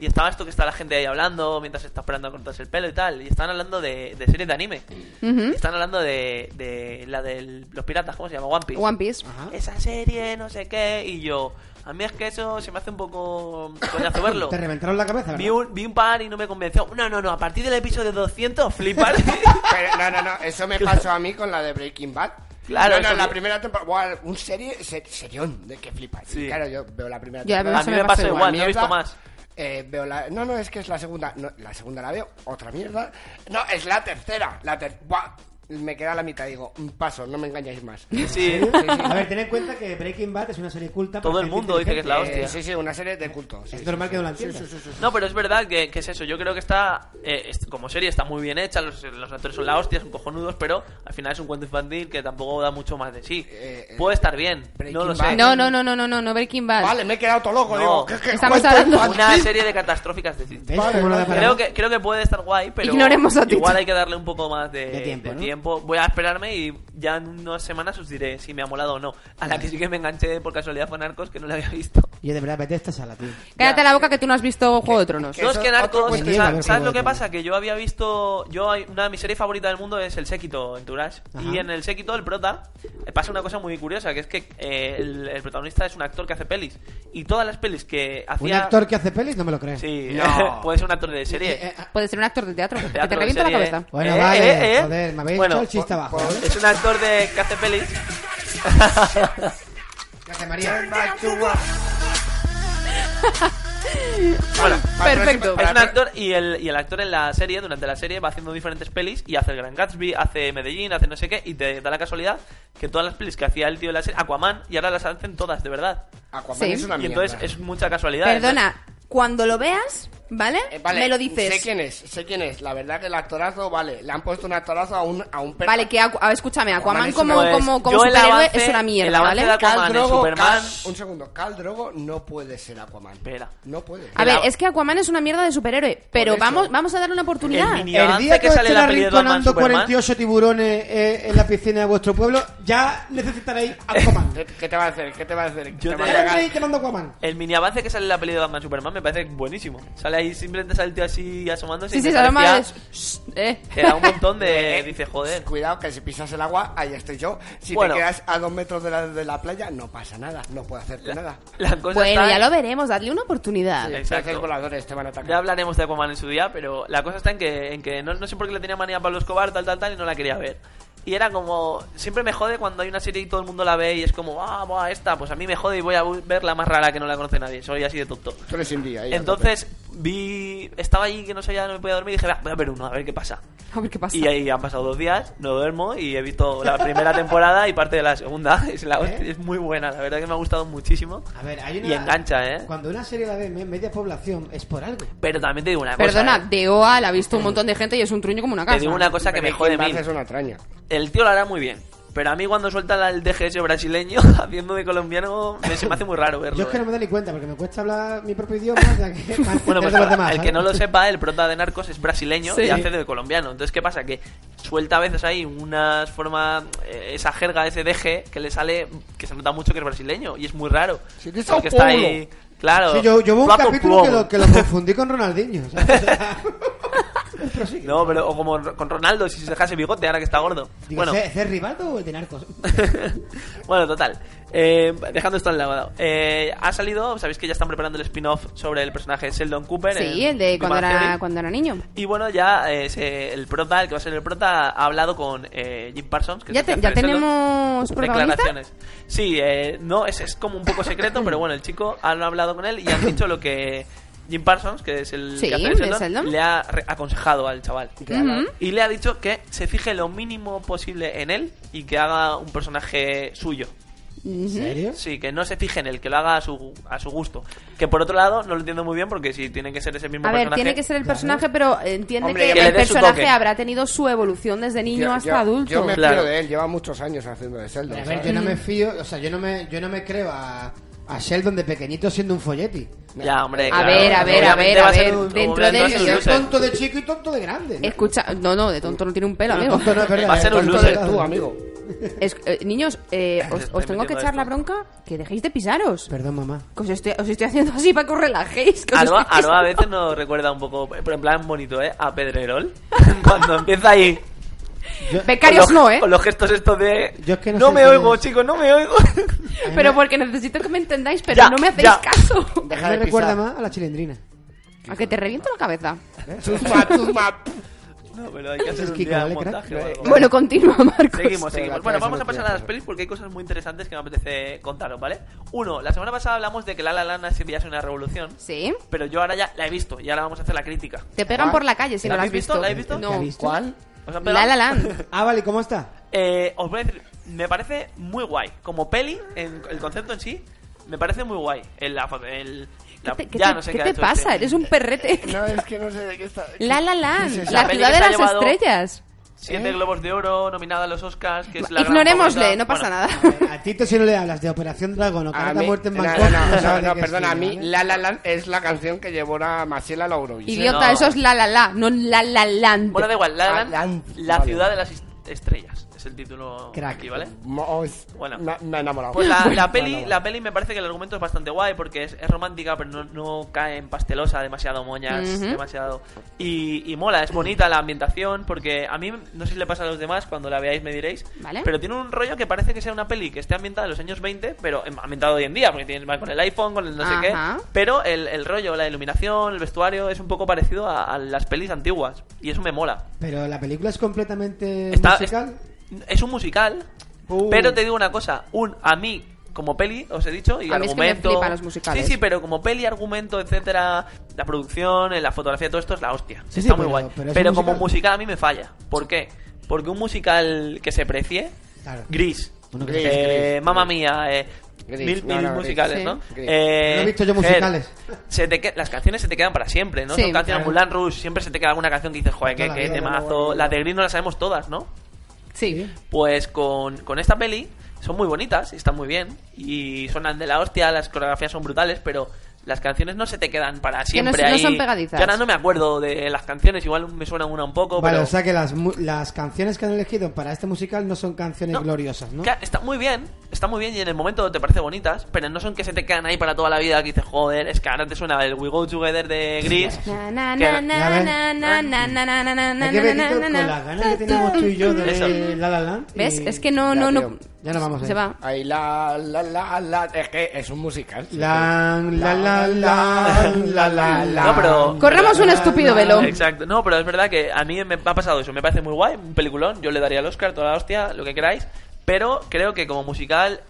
Speaker 7: y estaba esto que está la gente ahí hablando mientras está esperando a cortarse el pelo y tal. Y están hablando de, de series de anime.
Speaker 3: Ujú.
Speaker 7: Están hablando de, de la de los piratas, ¿cómo se llama? One Piece. Ah.
Speaker 3: One Piece.
Speaker 7: Esa serie, no sé qué. Y yo, a mí es que eso se me hace un poco coñazo verlo.
Speaker 5: Te reventaron la cabeza,
Speaker 7: Vi
Speaker 5: ¿verdad?
Speaker 7: un, vi un par y no me convenció. No, no, no, a partir del episodio 200, flipar.
Speaker 6: Pero, no, no, no, eso me pasó a mí con la de Breaking Bad.
Speaker 7: Claro,
Speaker 6: no,
Speaker 7: eso
Speaker 6: no, la
Speaker 7: sí.
Speaker 6: primera temporada. Buah, un serie, se- serión, de que flipas.
Speaker 7: Sí.
Speaker 6: Y Claro, yo veo la primera
Speaker 3: Yo la
Speaker 6: temporada.
Speaker 7: a
Speaker 3: Eso
Speaker 7: mí
Speaker 3: me
Speaker 7: me
Speaker 3: pasó
Speaker 7: pasa
Speaker 6: Una
Speaker 7: igual, no he
Speaker 6: mierda,
Speaker 7: visto más.
Speaker 6: eh, veo la... No, no, es que es la segunda. No, la segunda la veo, otra mierda. No, es la tercera. La ter... Buah, me queda la mitad, digo, mm, paso, no me engañáis más.
Speaker 7: Sí.
Speaker 5: A ver, ten en cuenta que Breaking Bad es una serie culta.
Speaker 7: Todo
Speaker 5: para
Speaker 7: el
Speaker 5: gente
Speaker 7: mundo dice que es la
Speaker 5: inteligente.
Speaker 7: hostia.
Speaker 6: Eh, sí, sí, una serie de culto. sí,
Speaker 5: Es
Speaker 6: sí,
Speaker 5: normal
Speaker 6: sí,
Speaker 5: que no la
Speaker 6: sí,
Speaker 5: entiendas.
Speaker 6: sí, sí, sí, sí.
Speaker 7: No, pero es verdad que, que es eso. Yo creo que está. eh, es- como serie está muy bien hecha, los, los actores son la hostia, son cojonudos, pero al final es un cuento infantil que tampoco da mucho más de sí.
Speaker 6: Eh, eh,
Speaker 7: Puede estar bien, no
Speaker 6: Breaking
Speaker 7: lo sé.
Speaker 6: Bad.
Speaker 3: No, no, no, no, no, no, no Breaking Bad.
Speaker 6: Vale, me he quedado todo loco.
Speaker 7: No.
Speaker 6: Digo, ¿qué, qué
Speaker 3: Estamos
Speaker 6: cuento
Speaker 3: hablando-
Speaker 6: infantil?
Speaker 7: Una serie de catastróficas de sí.
Speaker 5: ¿Ves cómo no da para
Speaker 7: Creo
Speaker 5: más?
Speaker 7: que, creo que puede estar guay, pero
Speaker 3: Ignoremos a Tito.
Speaker 7: igual hay que darle un poco más de,
Speaker 5: De tiempo, ¿no?
Speaker 7: tiempo. Voy a esperarme y ya en unas semanas os diré si me ha molado o no. A la que sí que me enganché por casualidad fue Narcos, que no la había visto.
Speaker 5: Yo de verdad vete a esta sala, tío.
Speaker 3: Cállate la boca que tú no has visto Juego de Tronos.
Speaker 6: Que
Speaker 7: No, es
Speaker 6: eso
Speaker 7: que
Speaker 6: es otro
Speaker 7: Narcos,
Speaker 5: cuento.
Speaker 7: o sea,
Speaker 5: Bien, a ver,
Speaker 7: ¿sabes
Speaker 5: Juego
Speaker 7: lo
Speaker 5: de
Speaker 7: que
Speaker 5: Tronos.
Speaker 7: pasa? Que yo había visto, yo hay- una de mis series favoritas del mundo es El Séquito, Entourage, y en El Séquito, el prota, eh, pasa una cosa muy curiosa, que es que eh, el, el protagonista es un actor que hace pelis, y todas las pelis que hacía...
Speaker 5: Un actor que hace pelis, no me lo crees.
Speaker 7: Sí,
Speaker 6: No.
Speaker 7: puede ser un actor de
Speaker 6: Eh,
Speaker 7: serie.
Speaker 3: Puede ser un actor de teatro. que te
Speaker 7: teatro de
Speaker 3: revienta la
Speaker 7: serie.
Speaker 3: cabeza.
Speaker 5: Bueno,
Speaker 7: Eh,
Speaker 5: vale,
Speaker 7: eh, eh.
Speaker 5: joder, me habéis
Speaker 7: Bueno,
Speaker 5: hecho el chiste abajo, ¿eh?
Speaker 6: eh.
Speaker 5: ¿vale?
Speaker 7: Es un actor de que hace pelis.
Speaker 5: Gracias, María.
Speaker 7: Bueno,
Speaker 3: Perfecto.
Speaker 7: es un actor y el, y el actor en la serie, durante la serie, va haciendo diferentes pelis y hace el Gran Gatsby, hace Medellín, hace no sé qué, y te da la casualidad que todas las pelis que hacía el tío de la serie, Aquaman, y ahora las hacen todas, de verdad.
Speaker 6: Aquaman
Speaker 3: Sí.
Speaker 6: Ah, es una
Speaker 7: Y
Speaker 6: mierda.
Speaker 7: entonces es mucha casualidad.
Speaker 3: Perdona, cuando lo veas, ¿vale?
Speaker 6: Eh, vale,
Speaker 3: Me lo
Speaker 6: Sé
Speaker 3: dices.
Speaker 6: quién es, sé quién es. La verdad que el actorazo, vale, le han puesto un actorazo a un, a un per-
Speaker 3: Vale, que Aqu- a ver, escúchame, Aquaman
Speaker 6: Aquaman es
Speaker 3: como,
Speaker 6: una-
Speaker 7: Pues,
Speaker 3: como, como
Speaker 7: yo el
Speaker 3: superhéroe
Speaker 7: avance-
Speaker 3: es una
Speaker 7: el
Speaker 3: mierda,
Speaker 7: avance
Speaker 3: ¿vale?
Speaker 7: de Aquaman
Speaker 6: Khal
Speaker 7: en
Speaker 6: Drogo,
Speaker 7: Superman.
Speaker 6: Khal- un segundo, Cal Drogo no puede ser Aquaman.
Speaker 7: Espera.
Speaker 6: No puede.
Speaker 3: A ver,
Speaker 7: la-
Speaker 3: es que Aquaman es una mierda de superhéroe, pero
Speaker 6: eso.
Speaker 3: vamos, vamos a darle una
Speaker 7: El
Speaker 3: oportunidad.
Speaker 7: mini
Speaker 5: El
Speaker 7: avance
Speaker 5: día
Speaker 7: que
Speaker 5: os
Speaker 7: sale
Speaker 5: estén
Speaker 7: la pues peli de Batman
Speaker 5: arrinconando
Speaker 7: Superman.
Speaker 5: 48 tiburones eh, en la piscina de vuestro pueblo, ya necesitaréis Aquaman.
Speaker 6: ¿Qué, qué te va a hacer? ¿Qué te va a hacer?
Speaker 7: Yo
Speaker 6: te
Speaker 7: te-
Speaker 6: va a cagar.
Speaker 5: Ahí te mando Aquaman.
Speaker 7: El mini avance que sale en la peli de Batman Superman me parece buenísimo. Sale ahí, simplemente sale el tío así asomándose.
Speaker 3: Sí,
Speaker 7: y
Speaker 3: sí,
Speaker 7: me
Speaker 3: se llama...
Speaker 7: parecía-
Speaker 3: eh.
Speaker 7: Te da un montón de. Dice, joder.
Speaker 6: Cuidado que si pisas el agua, ahí estoy yo. Si
Speaker 7: Bueno.
Speaker 6: te quedas a dos metros de la, de la playa, no pasa nada, no puedo hacerte nada.
Speaker 7: La cosa
Speaker 3: Bueno,
Speaker 7: está-
Speaker 3: ya lo veremos, dadle una oportunidad.
Speaker 7: Sí. exacto.
Speaker 6: Exacto. voladores te van a atacar.
Speaker 7: Ya hablaremos de Aquaman en su día, pero la cosa está en que, en que no, no sé por qué le tenía manía a Pablo Escobar, tal, tal, tal, y no la quería ver. Y era como, siempre me jode cuando hay una serie y todo el mundo la ve y es como, ah, buah, esta, pues a mí me jode y voy a bu- ver la más rara que no la conoce nadie, soy así de tonto.
Speaker 6: Tú eres un día. ahí, a
Speaker 7: Entonces vi, estaba allí que no sabía, no me podía dormir y dije, "Va, voy a ver uno, a ver qué pasa.
Speaker 3: A ver qué pasa.
Speaker 7: Y ahí han pasado dos días, no duermo y he visto la primera temporada y parte de la segunda. Es, la hostia, es muy buena, la verdad que me ha gustado muchísimo.
Speaker 5: ¿Eh? A ver, hay una...
Speaker 7: Y engancha, ¿eh?
Speaker 5: Cuando una serie la ve me- media población, es por algo.
Speaker 7: Pero también te digo una
Speaker 3: Perdona,
Speaker 7: cosa. ¿eh?
Speaker 3: de OA la ha visto un montón de gente y es un truño como una casa.
Speaker 7: Te digo una cosa que me jode
Speaker 6: Breaking
Speaker 7: mil.
Speaker 6: Bad es una traña.
Speaker 7: El tío lo hará muy bien. Pero a mí cuando suelta la- el DGS brasileño haciendo de colombiano me, se me hace muy raro verlo.
Speaker 5: Yo es que no
Speaker 7: eh.
Speaker 5: me doy ni cuenta porque me cuesta hablar mi propio idioma. o sea que- ¿eh? para
Speaker 7: Bueno,
Speaker 5: entender
Speaker 7: pues
Speaker 5: de los demás,
Speaker 7: el
Speaker 5: ¿sabes?
Speaker 7: que no lo sepa, el prota de Narcos es brasileño
Speaker 3: Sí.
Speaker 7: y hace de colombiano. Entonces, ¿qué pasa? Que suelta a veces ahí unas formas, eh, esa jerga, ese DG que le sale, que se nota mucho que es brasileño y es muy raro.
Speaker 6: Sí, de Sao
Speaker 7: porque está
Speaker 6: Paulo.
Speaker 7: ahí, claro.
Speaker 5: Sí, yo, yo vi un
Speaker 7: Paco
Speaker 5: capítulo que
Speaker 7: Cuomo.
Speaker 5: lo, que lo confundí con Ronaldinho. ¿sabes? O sea, Prosigue.
Speaker 7: No, pero o como con Ronaldo, si se dejase bigote ahora que está gordo.
Speaker 5: Digo,
Speaker 7: bueno,
Speaker 5: ¿es de Rivaldo o el de Narcos?
Speaker 7: bueno, total. Eh, dejando esto al lado. Eh, ha salido, sabéis que ya están preparando el spin-off sobre el personaje de Sheldon Cooper.
Speaker 3: Sí,
Speaker 7: en
Speaker 3: el de
Speaker 7: Big
Speaker 3: cuando
Speaker 7: Bang
Speaker 3: era,
Speaker 7: Theory.
Speaker 3: cuando era niño.
Speaker 7: Y bueno, ya eh, se- el prota, el que va a ser el prota, ha hablado con eh, Jim Parsons. Que
Speaker 3: Ya,
Speaker 7: es el
Speaker 3: te-
Speaker 7: que
Speaker 3: ya
Speaker 7: hace de Sheldon.
Speaker 3: tenemos protagonista.
Speaker 7: Declaraciones. Sí, eh, no, es, es como un poco secreto, pero bueno, el chico han hablado con él y han dicho lo que Jim Parsons, que es el
Speaker 3: Sí,
Speaker 7: que hace de
Speaker 3: de
Speaker 7: Sheldon,
Speaker 3: Sheldon.
Speaker 7: le ha re- aconsejado al chaval.
Speaker 3: Ujú.
Speaker 7: Y le ha dicho que se fije lo mínimo posible en él y que haga un personaje suyo.
Speaker 5: ¿En serio?
Speaker 7: Sí, que no se fije en él, que lo haga a su, a su gusto. Que por otro lado, no lo entiendo muy bien porque si tiene que ser ese mismo
Speaker 3: A ver,
Speaker 7: personaje...
Speaker 3: tiene que ser el personaje, pero eh, entiende
Speaker 6: Hombre,
Speaker 3: que,
Speaker 6: que
Speaker 7: le
Speaker 3: el
Speaker 7: dé su
Speaker 3: personaje
Speaker 7: toque.
Speaker 3: habrá tenido su evolución desde niño
Speaker 6: Yo-
Speaker 3: hasta
Speaker 6: yo-
Speaker 3: adulto.
Speaker 6: Yo me
Speaker 7: Claro.
Speaker 6: fío de él, lleva muchos años haciendo de Sheldon.
Speaker 5: A ver,
Speaker 6: ¿sabes?
Speaker 5: yo no me fío, o sea, yo no me, yo no me creo a, a Sheldon de pequeñito siendo un folleti.
Speaker 7: Ya, hombre,
Speaker 3: A
Speaker 7: claro.
Speaker 3: ver, a ver, a
Speaker 7: Obviamente
Speaker 3: ver, a
Speaker 7: va ser
Speaker 3: ver,
Speaker 7: un-
Speaker 3: dentro
Speaker 7: obviamente
Speaker 3: de
Speaker 7: va a ser
Speaker 3: ello.
Speaker 7: un
Speaker 5: Yo
Speaker 7: loser.
Speaker 5: tonto de chico y tonto de grande. ¿no?
Speaker 3: Escucha, no, no, de tonto no tiene un pelo,
Speaker 5: No,
Speaker 3: amigo.
Speaker 5: tonto no, es verdad,
Speaker 7: Va a ser un
Speaker 5: tonto
Speaker 7: loser
Speaker 5: de-
Speaker 6: Tú, amigo.
Speaker 3: Es- eh, niños, eh, os, os
Speaker 7: Estoy
Speaker 3: tengo que
Speaker 7: metiendo
Speaker 3: echar la
Speaker 7: esto.
Speaker 3: bronca que dejéis de pisaros.
Speaker 5: Perdón, mamá.
Speaker 3: Que os estoy, os estoy haciendo así para que os relajéis. que os
Speaker 7: Aroa,
Speaker 3: estoy
Speaker 7: Aroa a
Speaker 3: pisando.
Speaker 7: veces nos recuerda un poco, pero en plan bonito, ¿eh? A Pedrerol. Cuando empieza ahí. con
Speaker 3: Becarios
Speaker 7: los-
Speaker 3: no, ¿eh?
Speaker 7: Con los gestos estos de.
Speaker 5: Yo es que no sé
Speaker 7: me
Speaker 5: quién
Speaker 7: oigo,
Speaker 5: es.
Speaker 7: chicos, no me oigo.
Speaker 3: Pero porque necesito que me entendáis, pero
Speaker 7: Ya,
Speaker 3: no me hacéis
Speaker 7: ya.
Speaker 3: caso.
Speaker 6: Deja
Speaker 5: me
Speaker 6: de
Speaker 5: recuerda
Speaker 6: pisar.
Speaker 5: más a la chilendrina.
Speaker 3: A que te reviento la cabeza.
Speaker 6: Chusma, chusma.
Speaker 7: no, pero hay que hacer
Speaker 5: Es
Speaker 7: un
Speaker 5: Kiko,
Speaker 7: día
Speaker 5: ¿vale,
Speaker 7: un
Speaker 5: crack?
Speaker 7: montaje o algo.
Speaker 3: Bueno, continúa, Marcos.
Speaker 7: Seguimos,
Speaker 6: Pero la
Speaker 7: seguimos. Bueno,
Speaker 6: cabeza
Speaker 7: vamos
Speaker 6: no
Speaker 7: a pasar
Speaker 6: tiene
Speaker 7: a las
Speaker 6: cabeza.
Speaker 7: pelis porque hay cosas muy interesantes que me apetece contaros, ¿vale? Uno, la semana pasada hablamos de que La La Land ha sido ya es una revolución,
Speaker 3: Sí.
Speaker 7: pero yo ahora ya la he visto y ahora vamos a hacer la crítica.
Speaker 3: Te pegan por la calle si
Speaker 7: ¿La
Speaker 3: no la has
Speaker 7: habéis visto?
Speaker 3: visto.
Speaker 7: ¿La habéis visto?
Speaker 3: No.
Speaker 6: ¿Cuál?
Speaker 7: ¿Os han
Speaker 3: La
Speaker 7: pegado?
Speaker 3: La Land.
Speaker 5: Ah, vale, ¿cómo está?
Speaker 7: Eh, os voy a decir, me parece muy guay. Como peli, en- el concepto en sí, me parece muy guay. El, la- el-
Speaker 3: ¿Qué
Speaker 7: la-
Speaker 3: te, qué
Speaker 7: ya
Speaker 3: te-
Speaker 7: no sé
Speaker 3: qué
Speaker 7: ha
Speaker 3: te
Speaker 7: hecho
Speaker 3: pasa?
Speaker 7: este.
Speaker 3: Eres un perrete.
Speaker 6: No, es que no sé de qué está.
Speaker 3: La La
Speaker 6: ¿Qué es
Speaker 3: Land.
Speaker 6: esa
Speaker 3: La
Speaker 7: peli
Speaker 3: ciudad
Speaker 7: que
Speaker 3: de
Speaker 7: se ha
Speaker 3: las
Speaker 7: llevado-
Speaker 3: estrellas.
Speaker 7: Siete Globos de Oro, nominada a los Oscars, que es la gran
Speaker 3: ¿Eh? Ignorémosle,
Speaker 7: favorita.
Speaker 3: no pasa
Speaker 7: Bueno,
Speaker 3: nada.
Speaker 5: A Tito si no le hablas de Operación Dragón o Carta
Speaker 6: mí-
Speaker 5: Muerte en
Speaker 6: no,
Speaker 5: Bangkok.
Speaker 6: no, no, no,
Speaker 5: sabes de
Speaker 6: no,
Speaker 5: qué
Speaker 6: perdona, a
Speaker 5: estoy
Speaker 6: mí
Speaker 5: hablando.
Speaker 6: La La Land es la canción que llevó a Maciel a la Eurovisión.
Speaker 3: Idiota,
Speaker 7: no.
Speaker 3: eso es La La La, no La La Land.
Speaker 7: Bueno, da igual, La La Land,
Speaker 6: Land,
Speaker 7: La
Speaker 6: vale.
Speaker 7: Ciudad de las Est- Estrellas, es el título
Speaker 5: Crack.
Speaker 7: aquí, ¿vale?
Speaker 6: Mo- oh, es-
Speaker 7: Bueno.
Speaker 6: me, me he enamorado.
Speaker 7: Pues la, la
Speaker 6: Me he
Speaker 7: peli,
Speaker 6: enamorado.
Speaker 7: la peli me parece que el argumento es bastante guay porque es, es romántica, pero no, no cae en pastelosa, demasiado moñas,
Speaker 3: Ujú.
Speaker 7: demasiado. Y, y mola, es bonita la ambientación porque a mí, no sé si le pasa a los demás, cuando la veáis me diréis,
Speaker 3: Vale.
Speaker 7: pero tiene un rollo que parece que sea una peli que esté ambientada en los años 20, pero en- ambientada hoy en día, porque tienes más con el iPhone, con el no sé qué.
Speaker 3: Ajá.
Speaker 7: Pero el, el rollo, la iluminación, el vestuario es un poco parecido a, a las pelis antiguas y eso me mola.
Speaker 5: Pero la película es completamente
Speaker 7: Está-
Speaker 5: eh, musical.
Speaker 7: Es, es un musical,
Speaker 5: Uh.
Speaker 7: pero te digo una cosa, un a mí como peli, os he dicho, y
Speaker 3: A mí es que me
Speaker 7: argumento.
Speaker 3: flipan los musicales.
Speaker 7: Sí, sí, pero como peli, argumento, etcétera, la producción, eh, la fotografía, todo esto es la hostia.
Speaker 5: Sí, sí,
Speaker 7: Está muy
Speaker 5: pero-
Speaker 7: guay.
Speaker 5: pero es un
Speaker 7: como
Speaker 5: musical.
Speaker 7: musical a mí me falla. ¿Por qué? Porque un musical que se precie,
Speaker 5: Claro.
Speaker 7: gris.
Speaker 5: Uno que-
Speaker 6: Gris,
Speaker 7: eh,
Speaker 6: gris,
Speaker 7: Mamma
Speaker 6: gris.
Speaker 7: mía, eh,
Speaker 6: Gris,
Speaker 7: mil,
Speaker 6: no,
Speaker 7: mil
Speaker 6: no, gris.
Speaker 7: musicales,
Speaker 3: Sí.
Speaker 7: ¿no?
Speaker 6: Gris.
Speaker 7: Eh,
Speaker 5: No he visto yo
Speaker 7: Ger,
Speaker 5: musicales.
Speaker 7: se te que- las canciones se te quedan para siempre, ¿no?
Speaker 3: Sí,
Speaker 7: Son canciones
Speaker 3: claro.
Speaker 7: Mulan Rush, siempre se te queda alguna canción que dices, joder, qué,
Speaker 5: Toda la
Speaker 7: qué
Speaker 5: vida,
Speaker 7: temazo.
Speaker 5: bueno,
Speaker 7: Las de Gris no las sabemos todas, ¿no?
Speaker 3: Sí.
Speaker 7: Pues con, con esta peli son muy bonitas, y están muy bien y suenan de la hostia, las coreografías son brutales, pero las canciones no se te quedan para
Speaker 3: Que no
Speaker 7: siempre
Speaker 3: s- no
Speaker 7: ahí.
Speaker 3: son pegadizas.
Speaker 7: Yo ahora no me acuerdo de las canciones, igual me suena una un poco,
Speaker 5: Vale,
Speaker 7: pero
Speaker 5: o sea que las, mu- las canciones que han elegido para este musical no son canciones
Speaker 7: No.
Speaker 5: gloriosas, ¿no?
Speaker 7: Claro, está muy bien, está muy bien y en el momento te parece bonitas, pero no son que se te quedan ahí para toda la vida que dices, joder, es que ahora te suena el We Go Together de Gris.
Speaker 3: Na, na,
Speaker 7: Que-
Speaker 3: na, na,
Speaker 5: Ya ves. Ah.
Speaker 3: na, na, na, na, na, na, na, na,
Speaker 5: Hay que ver,
Speaker 3: na,
Speaker 5: Tito,
Speaker 3: na,
Speaker 5: con
Speaker 3: na.
Speaker 5: las ganas que tenemos tú y yo de
Speaker 7: Eso.
Speaker 5: ver La La Land. y-
Speaker 3: ¿Ves? Es que no,
Speaker 6: Ya,
Speaker 3: no, no.
Speaker 6: tío.
Speaker 5: Ya nos vamos a
Speaker 3: Se
Speaker 5: ir.
Speaker 3: va.
Speaker 6: Ahí la, la, la, la, es que es un musical.
Speaker 5: La, la, la, la, la, la, la.
Speaker 7: No, pero-
Speaker 3: Corramos un estúpido velo.
Speaker 7: Exacto, no, pero es verdad que a mí me ha pasado eso, me parece muy guay, un peliculón, yo le daría el Oscar, toda la hostia, lo que queráis, pero creo que como musical,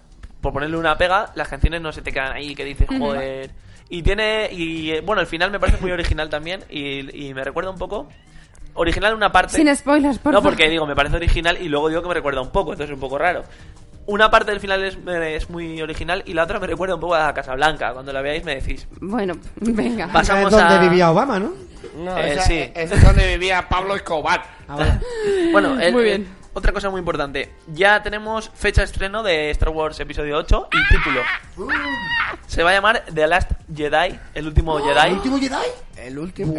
Speaker 7: por ponerle una pega, las canciones no se te quedan ahí, que dices, joder. Y tiene, y eh, bueno, el final me parece muy original también, y, y me recuerda un poco, original una parte...
Speaker 3: Sin spoilers, por
Speaker 7: No,
Speaker 3: favor.
Speaker 7: porque digo, me parece original y luego digo que me recuerda un poco, entonces es un poco raro. Una parte del final es, es muy original y la otra me recuerda un poco a Casablanca. Cuando la veáis me decís,
Speaker 3: Bueno, venga.
Speaker 7: Vas-
Speaker 5: Esa es
Speaker 7: pasamos
Speaker 5: donde
Speaker 7: a-
Speaker 5: vivía Obama, ¿no?
Speaker 6: No,
Speaker 7: Eh,
Speaker 6: esa-
Speaker 7: sí.
Speaker 6: eh, es donde vivía Pablo Escobar.
Speaker 7: Bueno, el-
Speaker 3: Muy bien.
Speaker 7: eh, otra cosa muy importante. Ya tenemos fecha de estreno de Star Wars Episodio 8 y título.
Speaker 3: Uh.
Speaker 7: Se va a llamar The Last Jedi, el último
Speaker 3: Oh.
Speaker 7: Jedi.
Speaker 5: Jedi?
Speaker 6: El último.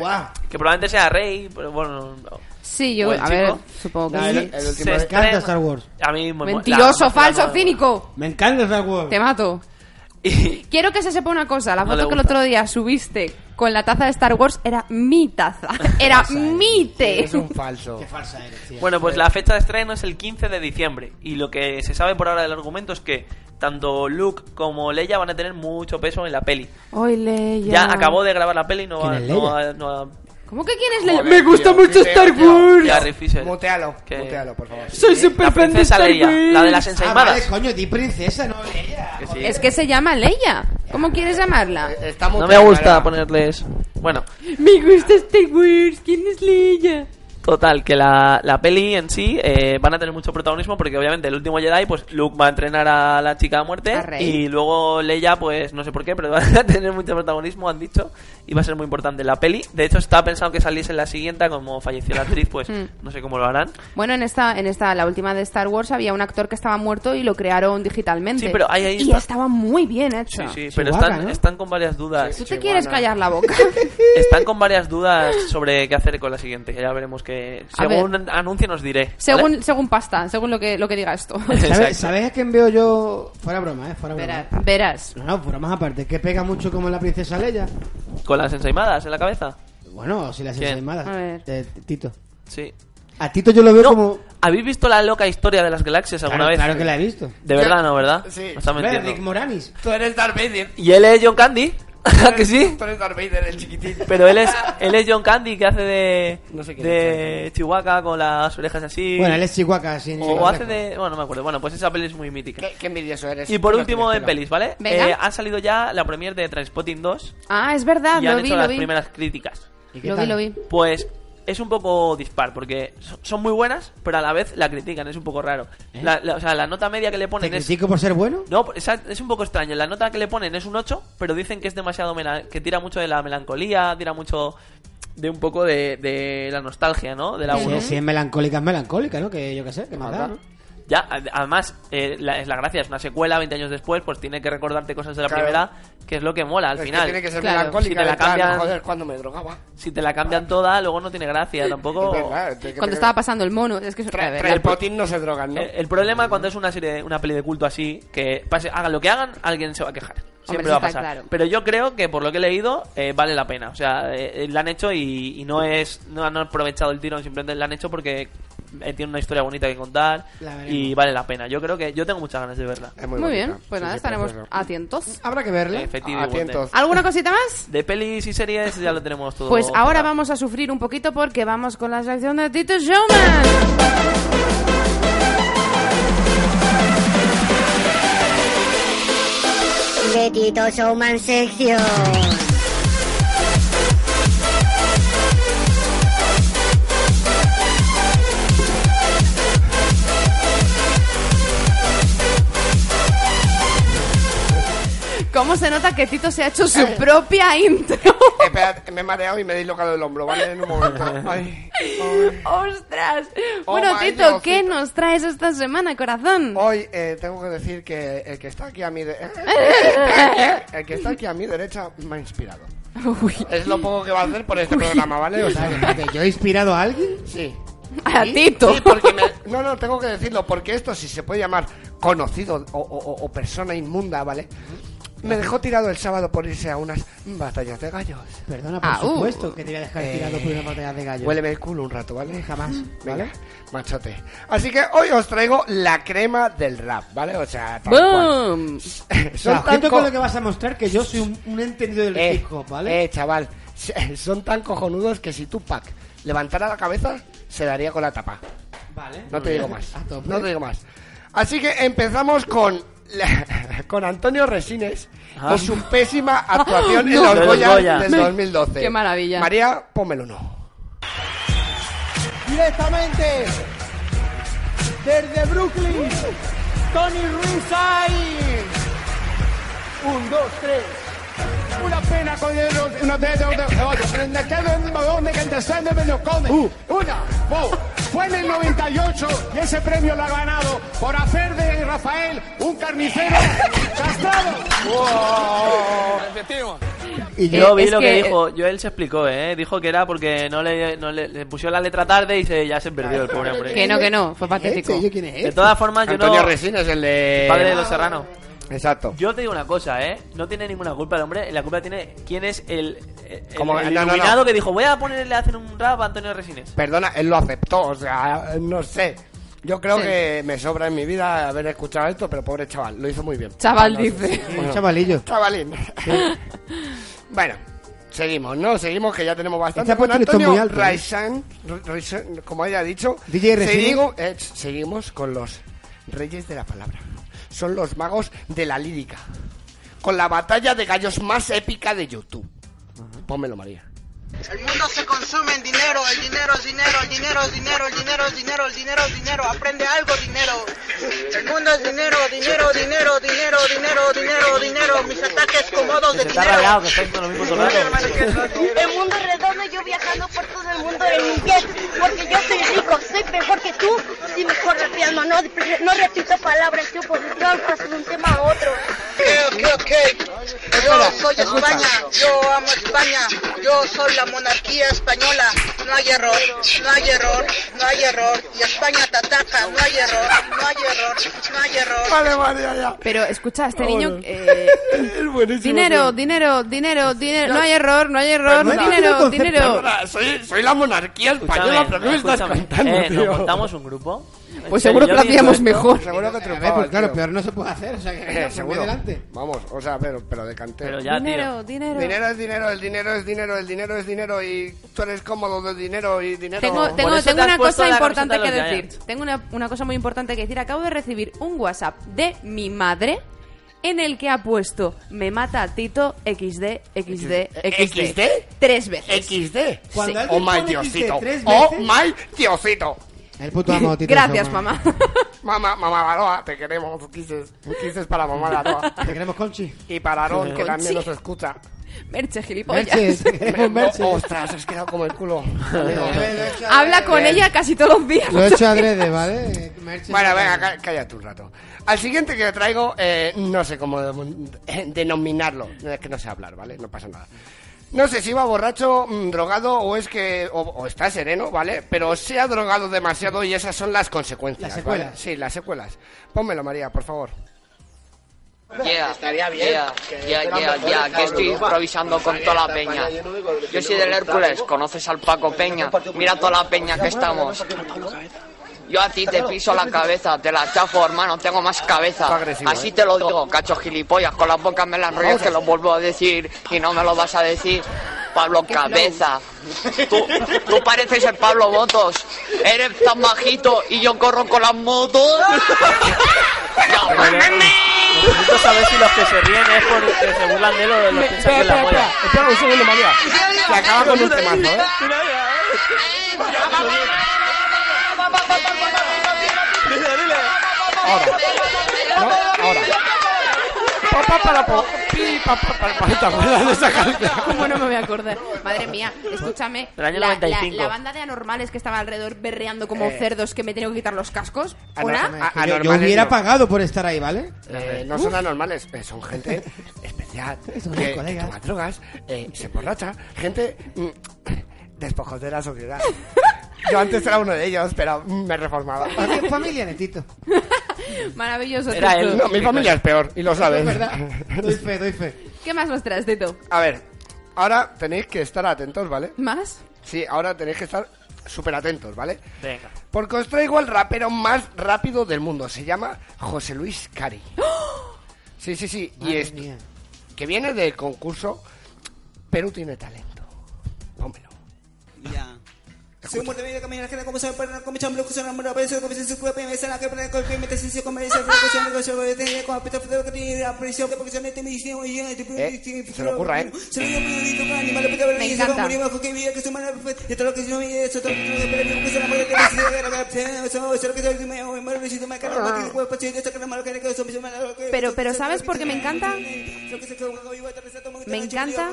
Speaker 7: Que probablemente sea Rey, pero bueno. no.
Speaker 3: Sí, yo,
Speaker 7: Buen
Speaker 3: a ver,
Speaker 7: chico.
Speaker 3: supongo
Speaker 5: No,
Speaker 3: que sí.
Speaker 5: el-
Speaker 6: El último.
Speaker 7: Se
Speaker 5: Me
Speaker 7: estrena-
Speaker 5: encanta Star Wars.
Speaker 7: A mí me-
Speaker 3: Mentiroso,
Speaker 7: la-
Speaker 3: falso,
Speaker 7: la-
Speaker 3: cínico.
Speaker 5: Me encanta Star Wars.
Speaker 3: Te mato.
Speaker 7: Y
Speaker 3: Quiero que se sepa una cosa. La
Speaker 7: No
Speaker 3: foto
Speaker 7: le
Speaker 3: que el
Speaker 7: gusta.
Speaker 3: otro día subiste con la taza de Star Wars era mi taza. Era
Speaker 5: ¿eh?
Speaker 3: mi té.
Speaker 6: Es un falso.
Speaker 5: Qué falsa eres, tío.
Speaker 7: bueno, pues la fecha de estreno es el 15 de diciembre. Y lo que se sabe por ahora del argumento es que tanto Luke como Leia van a tener mucho peso en la peli.
Speaker 3: Hoy Leia.
Speaker 7: Ya, acabó de grabar la peli y no va,
Speaker 5: ¿Quién es
Speaker 7: no
Speaker 5: Leia?
Speaker 7: va- no va-
Speaker 3: ¿Cómo que quién es Leia?
Speaker 6: Joder,
Speaker 3: Me gusta
Speaker 6: tío,
Speaker 3: mucho
Speaker 6: qué
Speaker 3: Star
Speaker 6: feo, tío.
Speaker 3: Wars.
Speaker 7: Ya, Reef Fisher.
Speaker 6: Mutealo,
Speaker 7: Que-
Speaker 6: mutealo, por favor.
Speaker 3: Soy súper
Speaker 7: La
Speaker 3: fan de
Speaker 7: princesa
Speaker 3: Star
Speaker 7: Leia, la de las
Speaker 3: Wars.
Speaker 5: Ah,
Speaker 7: ensaimadas.
Speaker 5: vale, coño, di princesa, no Leia.
Speaker 7: Que sí.
Speaker 3: Es que se llama Leia. ¿Cómo quieres llamarla?
Speaker 6: Está
Speaker 7: No
Speaker 6: muteado,
Speaker 7: me gusta
Speaker 6: ¿verdad?
Speaker 7: ponerle eso. Bueno,
Speaker 3: Me gusta Star Wars. ¿Quién es Leia?
Speaker 7: Total, que la, la peli en sí eh, van a tener mucho protagonismo porque obviamente el último Jedi, pues Luke va a entrenar a la chica a muerte
Speaker 3: A Rey.
Speaker 7: y luego Leia, pues no sé por qué, pero va a tener mucho protagonismo, han dicho, y va a ser muy importante la peli. De hecho, estaba pensado que saliese en la siguiente, como falleció la actriz, pues no sé cómo lo harán.
Speaker 3: Bueno, en esta, en esta, la última de Star Wars había un actor que estaba muerto y lo crearon digitalmente.
Speaker 7: Sí, pero ahí- ahí
Speaker 3: y
Speaker 7: está.
Speaker 3: estaba muy bien
Speaker 7: Sí,
Speaker 3: hecho.
Speaker 7: sí,
Speaker 5: Chewbacca,
Speaker 7: pero están,
Speaker 5: ¿no?
Speaker 7: están con varias dudas.
Speaker 3: ¿Tú te
Speaker 6: Chihuahua.
Speaker 3: quieres callar la boca?
Speaker 7: Están con varias dudas sobre qué hacer con la siguiente, que ya veremos que
Speaker 3: A
Speaker 7: según anuncio nos diré. ¿vale?
Speaker 3: según, según pasta, según lo que, lo que diga esto.
Speaker 7: Exacto.
Speaker 5: ¿Sabes, ¿Sabes a quién veo yo? Fuera broma, ¿eh? Fuera broma.
Speaker 3: Verás. verás.
Speaker 5: No, no, fuera más aparte. Que pega mucho como la princesa Leia.
Speaker 7: ¿Con las ensaimadas en la cabeza?
Speaker 5: Bueno, si las
Speaker 7: ¿Quién?
Speaker 5: ensaimadas.
Speaker 3: A ver.
Speaker 5: Eh, Tito.
Speaker 7: Sí.
Speaker 5: A Tito yo lo veo
Speaker 7: No,
Speaker 5: como...
Speaker 7: ¿Habéis visto la loca historia de las galaxias alguna
Speaker 5: Claro,
Speaker 7: vez?
Speaker 5: claro que la he visto.
Speaker 7: De verdad, ¿no? ¿Verdad?
Speaker 6: Sí.
Speaker 7: Me está
Speaker 5: Hombre,
Speaker 7: mintiendo.
Speaker 5: Rick Moranis.
Speaker 6: Tú eres Darth Vader.
Speaker 7: Y él es John Candy. ¿A que sí?
Speaker 6: Tú eres Darth Vader, el chiquitín.
Speaker 7: Pero él es, él es John Candy que hace de,
Speaker 6: No sé quién
Speaker 7: de Chihuahua con las orejas así.
Speaker 5: Bueno, él es Chihuahua, sí. en
Speaker 7: O
Speaker 5: Chihuahua.
Speaker 7: hace de. Bueno, no me acuerdo. Bueno, pues esa peli es muy mítica.
Speaker 6: ¿Qué, qué envidioso eres.
Speaker 7: Y por
Speaker 6: No
Speaker 7: último,
Speaker 6: tienes
Speaker 7: en
Speaker 6: pelo.
Speaker 7: pelis, ¿vale?
Speaker 3: Venga.
Speaker 7: Eh, han salido ya la premier de Transpotting 2
Speaker 3: Ah, es verdad,
Speaker 7: y han
Speaker 3: lo vi,
Speaker 7: hecho
Speaker 3: lo
Speaker 7: las
Speaker 3: vi.
Speaker 7: primeras críticas.
Speaker 5: ¿Y qué
Speaker 3: Lo vi,
Speaker 5: tal?
Speaker 3: lo vi.
Speaker 7: Pues es un poco dispar, porque so- son muy buenas, pero a la vez la critican, es un poco raro.
Speaker 3: ¿Eh?
Speaker 7: La- la- o sea, la nota media que le
Speaker 5: ¿Te
Speaker 7: ponen es
Speaker 5: critico por ser bueno?
Speaker 7: No, es, es un poco extraño. La nota que le ponen es un 8, pero dicen que es demasiado mela- que tira mucho de la melancolía, tira mucho de un poco de, de la nostalgia, ¿no? De la
Speaker 5: Si,
Speaker 7: uno.
Speaker 5: es- si es melancólica, es melancólica, ¿no? Que yo qué sé, que más da, ¿no?
Speaker 7: Ya, a- además, eh, la, es la gracia, es una secuela 20 años después, pues tiene que recordarte cosas de la
Speaker 6: Claro.
Speaker 7: primera, que es lo que mola al
Speaker 6: Es que
Speaker 7: final.
Speaker 6: tiene que ser
Speaker 3: Claro.
Speaker 6: melancólica.
Speaker 7: Si te la
Speaker 6: de plan,
Speaker 7: cambian-
Speaker 6: Joder, cuando me drogaba.
Speaker 7: Si te la cambian toda, luego no tiene gracia tampoco.
Speaker 6: Es verdad, tiene que
Speaker 3: Cuando
Speaker 6: tener-
Speaker 3: estaba pasando el mono, es que es
Speaker 6: Tra-
Speaker 3: a ver,
Speaker 6: tra- el potín no se drogan, ¿no?
Speaker 7: Eh, El, el problema cuando es una serie, una peli de culto así, que pase, hagan lo que hagan, alguien se va a quejar. Siempre
Speaker 3: eso
Speaker 7: va a
Speaker 3: está
Speaker 7: pasar.
Speaker 3: claro.
Speaker 7: Pero yo creo que por lo que he leído eh, vale la pena. O sea, eh, eh, la han hecho y, y no es no han aprovechado el tiro, simplemente la han hecho porque eh, tiene una historia bonita que contar
Speaker 5: La veremos.
Speaker 7: y vale la pena. Yo creo que yo tengo muchas ganas de verla.
Speaker 6: Es
Speaker 3: Muy
Speaker 6: bonita.
Speaker 3: bien, pues
Speaker 6: Sí,
Speaker 3: nada,
Speaker 6: sí,
Speaker 3: estaremos
Speaker 6: precioso.
Speaker 3: atentos.
Speaker 5: Habrá que verla.
Speaker 7: Efectivo,
Speaker 6: Atentos.
Speaker 3: ¿Alguna cosita más?
Speaker 7: De pelis y series ya lo tenemos todo.
Speaker 3: Pues ahora
Speaker 7: cerrado.
Speaker 3: vamos a sufrir un poquito porque vamos con la sección de Tito Showman.
Speaker 9: De Tito Showman Sección.
Speaker 3: ¿Cómo se nota que Tito se ha hecho su propia intro?
Speaker 6: Espera, me he mareado y me he dislocado el hombro, ¿vale? En un momento. Ay.
Speaker 3: ¡Ostras!
Speaker 6: Oh
Speaker 3: bueno,
Speaker 6: my
Speaker 3: Tito,
Speaker 6: God,
Speaker 3: ¿qué
Speaker 6: Tito.
Speaker 3: nos traes esta semana, corazón?
Speaker 6: Hoy eh, tengo que decir que el que está aquí a mi de- el que está aquí a mi derecha me ha inspirado.
Speaker 3: Uy,
Speaker 6: Es lo poco que va a hacer por este programa, ¿vale? O sea,
Speaker 5: Espérate, ¿Yo he inspirado a alguien?
Speaker 6: sí.
Speaker 3: a
Speaker 6: Sí,
Speaker 3: Tito.
Speaker 6: sí, porque me- No, no, tengo que decirlo, porque esto, si se puede llamar conocido o, o- o persona inmunda, ¿vale? Me dejó tirado el sábado por irse a unas batallas de gallos.
Speaker 5: Perdona, por
Speaker 3: Ah, uh.
Speaker 5: supuesto que te voy a dejar
Speaker 6: Eh,
Speaker 5: tirado por una batalla de gallo.
Speaker 6: Huéleme el culo un rato, ¿vale?
Speaker 5: Jamás,
Speaker 6: Venga,
Speaker 5: ¿vale?
Speaker 6: machote. Así que hoy os traigo la crema del rap, ¿vale? O sea, tal cual.
Speaker 3: ¡Boom!
Speaker 5: O
Speaker 6: Son
Speaker 5: sea,
Speaker 6: tan
Speaker 5: ojito
Speaker 6: co-
Speaker 5: con lo que vas a mostrar que yo soy un, un entendido del
Speaker 6: Eh,
Speaker 5: hip hop, ¿vale?
Speaker 6: eh, chaval, se- son tan cojonudos que si Tupac levantara la cabeza, se daría con la tapa.
Speaker 5: vale.
Speaker 6: No te digo más.
Speaker 5: A tope.
Speaker 6: No te digo más. Así que empezamos con la- con Antonio Resines
Speaker 5: Ah.
Speaker 6: y su pésima actuación en
Speaker 7: De
Speaker 6: los
Speaker 7: los
Speaker 6: Goya
Speaker 7: Goya.
Speaker 6: del
Speaker 7: Me-
Speaker 6: 2012.
Speaker 3: qué maravilla.
Speaker 6: María, pómelo no.
Speaker 10: directamente desde Brooklyn, Tony Rizai. Un, dos, tres. Una pena con el una de de de de me lo come.
Speaker 6: Uh.
Speaker 10: Una, dos. Fue en el 98 y ese premio lo ha ganado por hacer de Rafael un carnicero castrado.
Speaker 5: Y yo,
Speaker 7: Yo vi
Speaker 3: es
Speaker 7: lo que,
Speaker 3: que-
Speaker 7: dijo, Joel se explicó, ¿eh? Dijo que era porque no le, no le, le pusieron la letra tarde y se, ya se perdió el pobre hombre.
Speaker 3: Que no, que no, fue
Speaker 5: ¿Quién es
Speaker 3: patético.
Speaker 5: este? ¿Yo quién es
Speaker 7: De
Speaker 5: este?
Speaker 7: todas formas, yo
Speaker 6: Antonio
Speaker 7: no...
Speaker 6: Resines, el de...
Speaker 7: Padre de los Serranos.
Speaker 6: Exacto.
Speaker 7: Yo te digo una cosa, ¿eh? No tiene ninguna culpa el hombre, la culpa tiene quién es el, el,
Speaker 6: Como-
Speaker 7: el
Speaker 6: no, no, no.
Speaker 7: iluminado que dijo, voy a ponerle a hacer un rap a Antonio Resines.
Speaker 6: Perdona, él lo aceptó, o sea, no sé. Yo creo
Speaker 7: Sí.
Speaker 6: que me sobra en mi vida haber escuchado esto, pero pobre chaval, lo hizo muy bien.
Speaker 3: Chaval,
Speaker 6: No sé.
Speaker 3: dice.
Speaker 6: Bueno,
Speaker 5: chavalillo.
Speaker 6: Chavalín. bueno, seguimos, ¿no? Seguimos, que ya tenemos bastante.
Speaker 5: Está
Speaker 6: Bueno,
Speaker 5: puesto
Speaker 6: Antonio
Speaker 5: muy alto, ¿eh?
Speaker 6: Raisan, Ra- Raisan, como haya dicho,
Speaker 5: DJ Resines.
Speaker 6: seguimos, eh, seguimos con los reyes de la palabra. Son los magos de la lírica. Con la batalla de gallos más épica de YouTube. Pónmelo, María.
Speaker 11: El mundo se consume en dinero, el dinero es dinero, el dinero es dinero, el dinero es dinero, el dinero es dinero, aprende algo dinero. El mundo es dinero, dinero, dinero, dinero, dinero, dinero, dinero, mis ataques cómodos de
Speaker 7: Se está
Speaker 11: dinero.
Speaker 7: rayado, que está haciendo lo mismo todo el rato.
Speaker 12: El mundo es redondo, yo viajando por todo el mundo en mi jet, porque yo soy rico, soy mejor que tú, si mejor rapeando, no, no repito palabras, yo por paso de un tema a otro.
Speaker 11: Ok, ok, ok. Yo soy España, yo amo España, yo soy la monarquía española. No hay error, no hay error, no hay error. Y España te ataca, no hay error, no hay error, no hay error.
Speaker 6: Vale, María, ya.
Speaker 3: Pero escucha, este niño.
Speaker 6: Vámonos.
Speaker 3: eh, dinero,
Speaker 6: tío.
Speaker 3: dinero, dinero, dinero. No hay error, no hay error.
Speaker 6: Perdona.
Speaker 3: dinero, dinero.
Speaker 6: Perdona, soy, soy la monarquía española,
Speaker 7: Escúchame,
Speaker 6: pero ¿qué me estás
Speaker 7: escúchame.
Speaker 6: contando,
Speaker 7: Eh,
Speaker 6: tío?
Speaker 7: ¿Nos montamos un grupo?
Speaker 3: Pues seguro que lo hacíamos mejor.
Speaker 6: Seguro que triunfaba,
Speaker 5: A ver, pues claro,
Speaker 6: tío.
Speaker 5: peor no se puede hacer. O sea, que venga, pues
Speaker 6: Eh,
Speaker 5: ponme
Speaker 6: seguro.
Speaker 5: delante.
Speaker 6: Vamos, o sea, pero, pero de cantero.
Speaker 7: Pero ya, Dinero,
Speaker 3: tío. dinero.
Speaker 6: Dinero es dinero, el dinero es dinero, el dinero es dinero y tú eres cómodo del dinero y dinero. Oh,
Speaker 3: Tengo,
Speaker 7: Por
Speaker 3: tengo,
Speaker 7: eso
Speaker 3: tengo
Speaker 7: te has
Speaker 3: una
Speaker 7: puesto
Speaker 3: cosa
Speaker 7: la
Speaker 3: importante que
Speaker 7: camiseta de los
Speaker 3: decir. Tengo una, una cosa muy importante que decir. Acabo de recibir un WhatsApp de mi madre en el que ha puesto me mata a Tito XD, XD, XD.
Speaker 6: ¿XD?
Speaker 3: Tres veces.
Speaker 6: XD.
Speaker 5: Cuando
Speaker 6: Oh
Speaker 5: alguien
Speaker 6: my
Speaker 5: pone XD
Speaker 6: diosito.
Speaker 5: tres
Speaker 6: Oh
Speaker 5: veces-
Speaker 6: my diosito.
Speaker 5: El puto amo, Tito
Speaker 3: Gracias,
Speaker 5: Soma.
Speaker 3: mamá.
Speaker 6: Mamá, mamá Baroa, te queremos. Tú quises, tú quises para mamá Baroa.
Speaker 5: Te queremos, Conchi.
Speaker 6: Y para Aarón, que
Speaker 3: Conchi.
Speaker 6: también nos escucha.
Speaker 3: Merche, gilipollas.
Speaker 5: Merches, te queremos, Merches.
Speaker 6: Ostras, has quedado como el culo. Amigo.
Speaker 3: Habla con ella casi todos los días.
Speaker 5: Lo he hecho adrede, ¿vale? Merches.
Speaker 6: Bueno, venga, cá- cállate un rato. Al siguiente que traigo, eh, no sé cómo de- denominarlo. Es que no sé hablar, ¿vale? No pasa nada. No sé si va borracho, mm, drogado o es que. O, o está sereno, ¿vale? Pero se ha drogado demasiado y esas son las consecuencias.
Speaker 5: Las secuelas.
Speaker 6: ¿vale? Sí, las secuelas. Pónmelo, María, por favor.
Speaker 13: Yeah,
Speaker 6: Estaría bien
Speaker 13: yeah,
Speaker 6: que
Speaker 13: yeah,
Speaker 6: fueran
Speaker 13: yeah,
Speaker 6: mejores,
Speaker 13: yeah, que
Speaker 6: cabrón,
Speaker 13: estoy
Speaker 6: ¿no?
Speaker 13: improvisando con toda la peña. Yo soy del Hércules, conoces al Paco Peña, mira toda la peña que estamos. Yo a ti te piso la cabeza, te la chafo, hermano, tengo más cabeza.
Speaker 6: agresivo,
Speaker 13: Así
Speaker 6: ¿eh?
Speaker 13: te lo digo, cacho gilipollas, con la boca me la enrollo que lo vuelvo a decir y no me lo vas a decir. Pablo Cabeza, tú, tú pareces el Pablo Botos, eres tan bajito y yo corro con las motos.
Speaker 7: Necesito saber si los que se ríen es porque se burlan de lo de los que se ríen la polla.
Speaker 6: Espera un segundo, María. Se acaba con un temazo, ¿eh? Ahora. No, ahora. Pa, pa, para, po, pi, pa, pa, para, pa. ¿Te acuerdas de esa canción?
Speaker 3: ¿Cómo no me voy a acordar? Madre mía, escúchame.
Speaker 6: Del año
Speaker 3: la, la-
Speaker 6: 95.
Speaker 3: la banda de anormales que estaba alrededor berreando como
Speaker 6: Eh.
Speaker 3: cerdos que me tengo que quitar los cascos.
Speaker 6: Ah, no,
Speaker 3: ¿Hola?
Speaker 6: se me-
Speaker 5: Que yo- yo,
Speaker 6: Anormales
Speaker 5: hubiera
Speaker 6: no.
Speaker 5: pagado por estar ahí, ¿vale?
Speaker 6: Eh, no son anormales, eh, son gente especial
Speaker 5: Son
Speaker 6: que, que
Speaker 5: colegas.
Speaker 6: toma drogas, eh, se borracha, gente mm, despojos de la sociedad. Yo antes era uno de ellos, pero mm, me reformaba.
Speaker 5: Fami- Familia netito.
Speaker 3: Maravilloso.
Speaker 6: Era
Speaker 3: Tito.
Speaker 6: él. No, mi familia es peor y lo
Speaker 5: Es
Speaker 6: sabes.
Speaker 5: verdad. Doy fe, doy fe.
Speaker 3: ¿Qué más nos traes, Tito?
Speaker 6: A ver, ahora tenéis que estar atentos, ¿vale?
Speaker 3: ¿Más?
Speaker 6: Sí, ahora tenéis que estar súper atentos, ¿vale?
Speaker 7: Venga.
Speaker 6: Porque os traigo al rapero más rápido del mundo. Se llama José Luis Cari. Sí, sí, sí. Y
Speaker 5: ¡Oh! Madre
Speaker 6: es
Speaker 5: mía.
Speaker 6: que viene del concurso Perú tiene talento. Pónmelo.
Speaker 14: Ya. Soy un mortadelo que me encanta como soy para con mi chambro, que soy un mortadelo, soy como si su cuerpo me sala, que para con mi mente, si se come, se fue, que soy un negocio, que tiene con apetito, que tiene la presión, que porque se mete mi diseño, y yo, y te pido, y te pido,
Speaker 6: Se lo ocurra, ¿eh?
Speaker 14: se lo digo, pero yo, animal, pero
Speaker 3: Me
Speaker 14: yo,
Speaker 3: encanta.
Speaker 14: morir bajo que vida, que soy mala, perfecta, y todo lo que yo, y eso, todo lo que yo, pero yo, que soy la mujer, que me sigue, que la gracia, eso, eso, lo que soy, que me voy, me voy, me cargo, me tiro, cuerpo, chido, eso, que no me lo quiere, que soy mi mala, que-
Speaker 3: Pero, pero ¿sabes por qué me encanta? Me encanta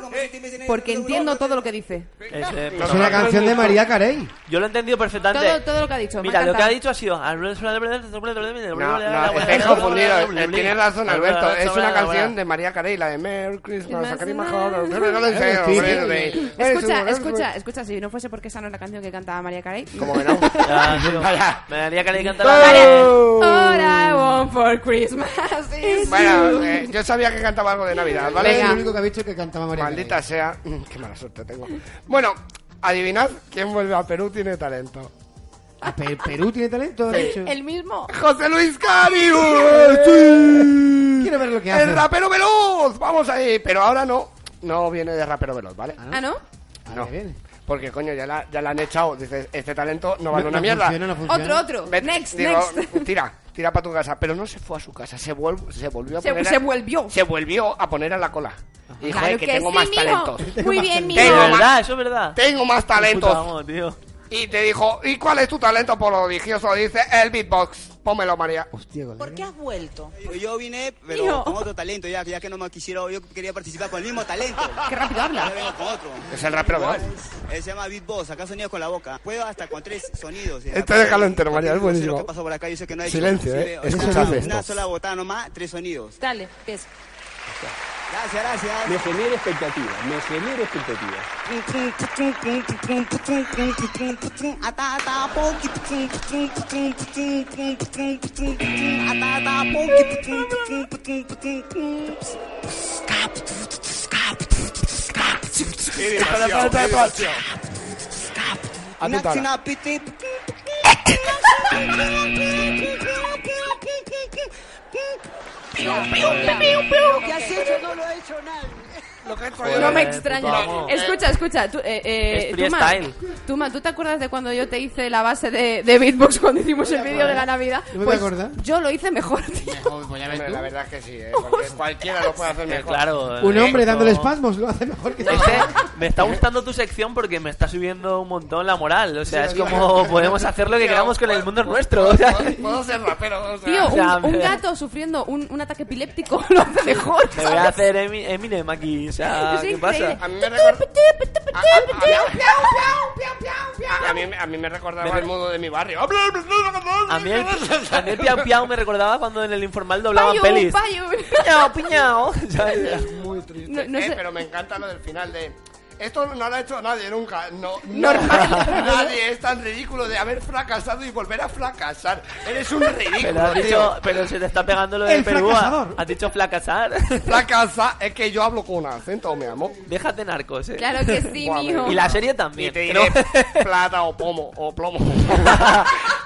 Speaker 3: porque entiendo todo lo que dice.
Speaker 7: Es, eh,
Speaker 5: Es una canción de María Carey.
Speaker 7: Yo lo he entendido perfectamente.
Speaker 3: Todo, todo lo que ha dicho. me ha
Speaker 7: Mira, lo que ha
Speaker 3: encantado.
Speaker 7: dicho ha sido. No,
Speaker 6: No, estáis confundidos. Eh, Tienes razón, Alberto. Es una canción de María Carey, la de Merry Christmas, a Karim Mahal.
Speaker 3: Escucha, escucha, escucha, si no fuese porque esa no es la canción que cantaba María Carey.
Speaker 6: ¿Cómo que no?
Speaker 7: Ah,
Speaker 5: Ah,
Speaker 7: Me daría que le cantara.
Speaker 3: Vale. All I want for Christmas is
Speaker 6: Bueno,
Speaker 3: you.
Speaker 6: eh, yo sabía que cantaba algo de Navidad, ¿vale?
Speaker 5: Es el único que ha visto que cantaba María
Speaker 6: Maldita sea. Mm, Qué mala suerte tengo. Bueno, adivinad quién vuelve a Perú tiene talento.
Speaker 5: ¿A Ah, Perú tiene talento? has dicho?
Speaker 3: El mismo.
Speaker 6: José Luis Cariu.
Speaker 5: Quiero ver lo que hace.
Speaker 6: El rapero veloz. Vamos ahí. Pero ahora no. No viene de rapero veloz, ¿vale?
Speaker 3: Ah, ¿no?
Speaker 6: No. Porque, coño, ya la, ya la han echado. Dices, este talento no vale
Speaker 5: No,
Speaker 6: una
Speaker 5: no
Speaker 6: mierda.
Speaker 5: funciona, no funciona.
Speaker 3: Otro, otro. Next,
Speaker 6: Digo,
Speaker 3: next.
Speaker 6: Tira, tira para tu casa. Pero no se fue a su casa. Se, vuel- se volvió a
Speaker 3: Se-
Speaker 6: poner. a-
Speaker 3: se volvió.
Speaker 6: Se volvió a poner a la cola. Y dijo,
Speaker 3: Claro
Speaker 6: "Eh, que,
Speaker 3: que
Speaker 6: tengo
Speaker 3: sí,
Speaker 6: más
Speaker 3: mijo.
Speaker 6: talentos.
Speaker 3: Muy bien, mijo.
Speaker 6: Tengo
Speaker 3: Es
Speaker 6: más-
Speaker 7: verdad, eso es verdad.
Speaker 6: Tengo más talentos.
Speaker 7: Puta, vamos, tío.
Speaker 6: Y te dijo, ¿y cuál es tu talento por lo religioso? Dice el beatbox. Pómelo, María.
Speaker 9: ¿Por qué has vuelto?
Speaker 14: Yo- Yo vine, pero
Speaker 9: Hijo.
Speaker 14: con otro talento, ya, ya que no me quisiera, yo quería participar con el mismo talento.
Speaker 3: Qué rápido habla.
Speaker 14: Ahora vengo con otro.
Speaker 6: Es el rapero,
Speaker 14: Igual,
Speaker 6: ¿verdad?
Speaker 14: eh, Se llama beatbox, acá sonidos con la boca. Puedo hasta con tres sonidos. eh.
Speaker 6: Este déjalo entero, María, es
Speaker 14: Yo sé lo
Speaker 6: buenísimo.
Speaker 14: que pasó por acá, yo sé que no hay
Speaker 6: Silencio,
Speaker 14: hecho.
Speaker 6: eh.
Speaker 14: Sí, veo.
Speaker 6: Escuchad
Speaker 14: Una-
Speaker 6: esto.
Speaker 14: Una sola botada nomás, tres sonidos.
Speaker 9: Dale, beso.
Speaker 14: Gracias, gracias.
Speaker 15: Me genera expectativa, me genera expectativa.
Speaker 9: ¿Qué has hecho? No lo ha hecho nadie.
Speaker 3: No me extraña. Escucha, escucha. Tú, eh, eh,
Speaker 9: Es
Speaker 3: Tuma,
Speaker 9: freestyle.
Speaker 3: Tuma, ¿tú te acuerdas de cuando yo te hice la base de, de beatbox cuando hicimos el vídeo de la Navidad?
Speaker 6: Yo me voy a
Speaker 3: pues
Speaker 6: acordar.
Speaker 3: yo lo hice mejor, tío.
Speaker 6: Hombre, la verdad es que sí, ¿eh? Porque cualquiera lo puede hacer mejor.
Speaker 7: claro.
Speaker 5: Un hombre dándole
Speaker 7: espacio
Speaker 5: espasmos lo hace mejor que
Speaker 7: Me está gustando tu sección porque me está subiendo un montón la moral. O sea,
Speaker 5: Sí,
Speaker 7: es
Speaker 5: lo
Speaker 7: como
Speaker 5: digo.
Speaker 7: podemos hacer lo que queramos con el mundo nuestro. O sea,
Speaker 6: Puedo ser rapero. o sea.
Speaker 3: Tío,
Speaker 7: O sea,
Speaker 3: un, un
Speaker 7: me-
Speaker 3: gato sufriendo un, un ataque epiléptico lo hace mejor.
Speaker 7: Me voy a hacer Emi- Eminem aquí. O sea,
Speaker 3: Es
Speaker 7: ¿qué
Speaker 3: increíble.
Speaker 7: pasa?
Speaker 6: A mí me recuerda... Ah,
Speaker 3: A
Speaker 6: A mí, a mí me recordaba
Speaker 7: Me-
Speaker 6: el mundo de mi barrio.
Speaker 7: A mí el, a mí el piau piau me recordaba cuando en el informal doblaban
Speaker 3: Payo,
Speaker 7: pelis.
Speaker 3: payo.
Speaker 7: Piñao, piñao. ¿Sabes?
Speaker 6: Muy triste.
Speaker 3: No- no
Speaker 6: Eh,
Speaker 3: sé-
Speaker 6: Pero me encanta lo del final de... Esto no lo ha hecho nadie nunca. No,
Speaker 3: Normal.
Speaker 6: no. Nadie es tan ridículo de haber fracasado y volver a fracasar. Eres un
Speaker 7: Pero, has
Speaker 6: ridículo,
Speaker 7: dicho,
Speaker 6: tío.
Speaker 7: pero se te está pegando lo de
Speaker 6: El
Speaker 7: Perú.
Speaker 6: fracasador.
Speaker 7: Has dicho fracasar.
Speaker 6: Fracasa es que yo hablo con un acento, me amo.
Speaker 7: Déjate narcos, eh.
Speaker 3: Claro que sí,
Speaker 6: Guau,
Speaker 3: mijo.
Speaker 7: Y la serie también.
Speaker 6: Y te
Speaker 7: creo.
Speaker 6: diré plata o pomo, o plomo.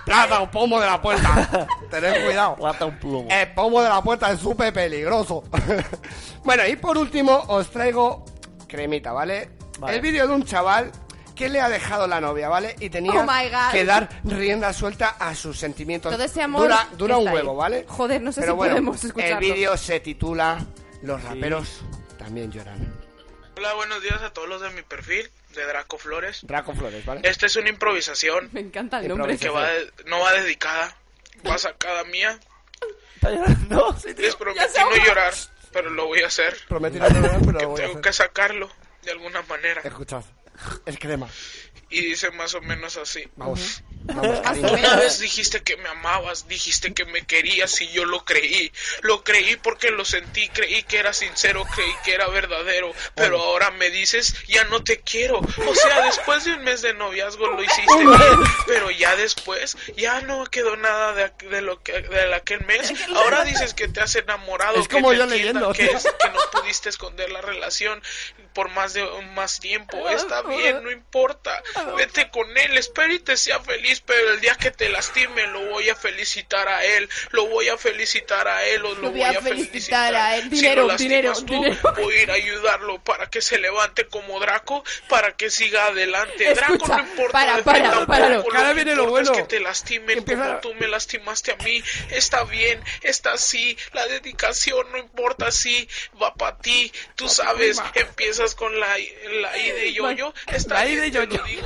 Speaker 6: plata o pomo de la puerta. Tened cuidado.
Speaker 7: Plata un plomo.
Speaker 6: El pomo de la puerta es súper peligroso. bueno, y por último os traigo cremita, ¿vale?
Speaker 7: Vale.
Speaker 6: El vídeo de un chaval que le ha dejado la novia, ¿vale? Y tenía
Speaker 3: Oh my God.
Speaker 6: que dar rienda suelta a sus sentimientos.
Speaker 3: Todo ese amor
Speaker 6: dura dura un
Speaker 3: está ahí.
Speaker 6: huevo, ¿vale?
Speaker 3: Joder, no sé
Speaker 6: Pero
Speaker 3: si
Speaker 6: bueno,
Speaker 3: podemos escucharlo.
Speaker 6: El vídeo se titula Los raperos también lloran.
Speaker 16: Hola, buenos días a todos los de mi perfil, de Draco Flores.
Speaker 6: Draco Flores, ¿vale?
Speaker 16: Esta es una improvisación.
Speaker 3: Me encanta el nombre.
Speaker 16: Que va de- no va dedicada, va sacada mía. Les prometí no llorar, pero lo voy a hacer.
Speaker 6: Prometí no llorar, pero lo voy a
Speaker 16: Tengo
Speaker 6: hacer.
Speaker 16: que sacarlo de alguna manera.
Speaker 6: Escuchad. Es crema.
Speaker 16: Y dice más o menos así.
Speaker 6: Vamos. Vamos, cariño.
Speaker 16: Una vez dijiste que me amabas, dijiste que me querías y yo lo creí. Lo creí porque lo sentí, creí que era sincero, creí que era verdadero. Pero ahora me dices, ya no te quiero. O sea, después de un mes de noviazgo lo hiciste bien, pero ya después ya no quedó nada de, aqu- de lo que de aquel mes. Ahora dices que te has enamorado,
Speaker 6: Es como
Speaker 16: que, te
Speaker 6: yo
Speaker 16: entiendan,
Speaker 6: leyendo,
Speaker 16: que,
Speaker 6: tío.
Speaker 16: es- que no pudiste esconder la relación por más de más tiempo. Está bien, no importa.
Speaker 3: Ah,
Speaker 16: Vete con él, espera y te sea feliz, pero el día que te lastime lo voy a felicitar a él, lo voy a felicitar a él o lo, voy a felicitar,
Speaker 3: a él.
Speaker 16: Si
Speaker 3: Dinero,
Speaker 16: lo lastimas
Speaker 3: dinero, dinero.
Speaker 16: Voy a ir a ayudarlo para que se levante como Draco, para que siga adelante. Draco
Speaker 3: Escucha,
Speaker 16: no importa.
Speaker 3: para,
Speaker 16: de
Speaker 3: para,
Speaker 16: ti tampoco,
Speaker 3: para.
Speaker 16: que
Speaker 6: Ahora viene lo
Speaker 16: importa es
Speaker 6: bueno.
Speaker 16: que te lastimen como tú me lastimaste a mí. Está bien, está así. La dedicación no importa si va para ti. Tú sabes, empiezas con la, la I de yo-yo. Está
Speaker 6: La I
Speaker 16: bien,
Speaker 6: de
Speaker 16: te lo
Speaker 6: yo-yo.
Speaker 16: digo.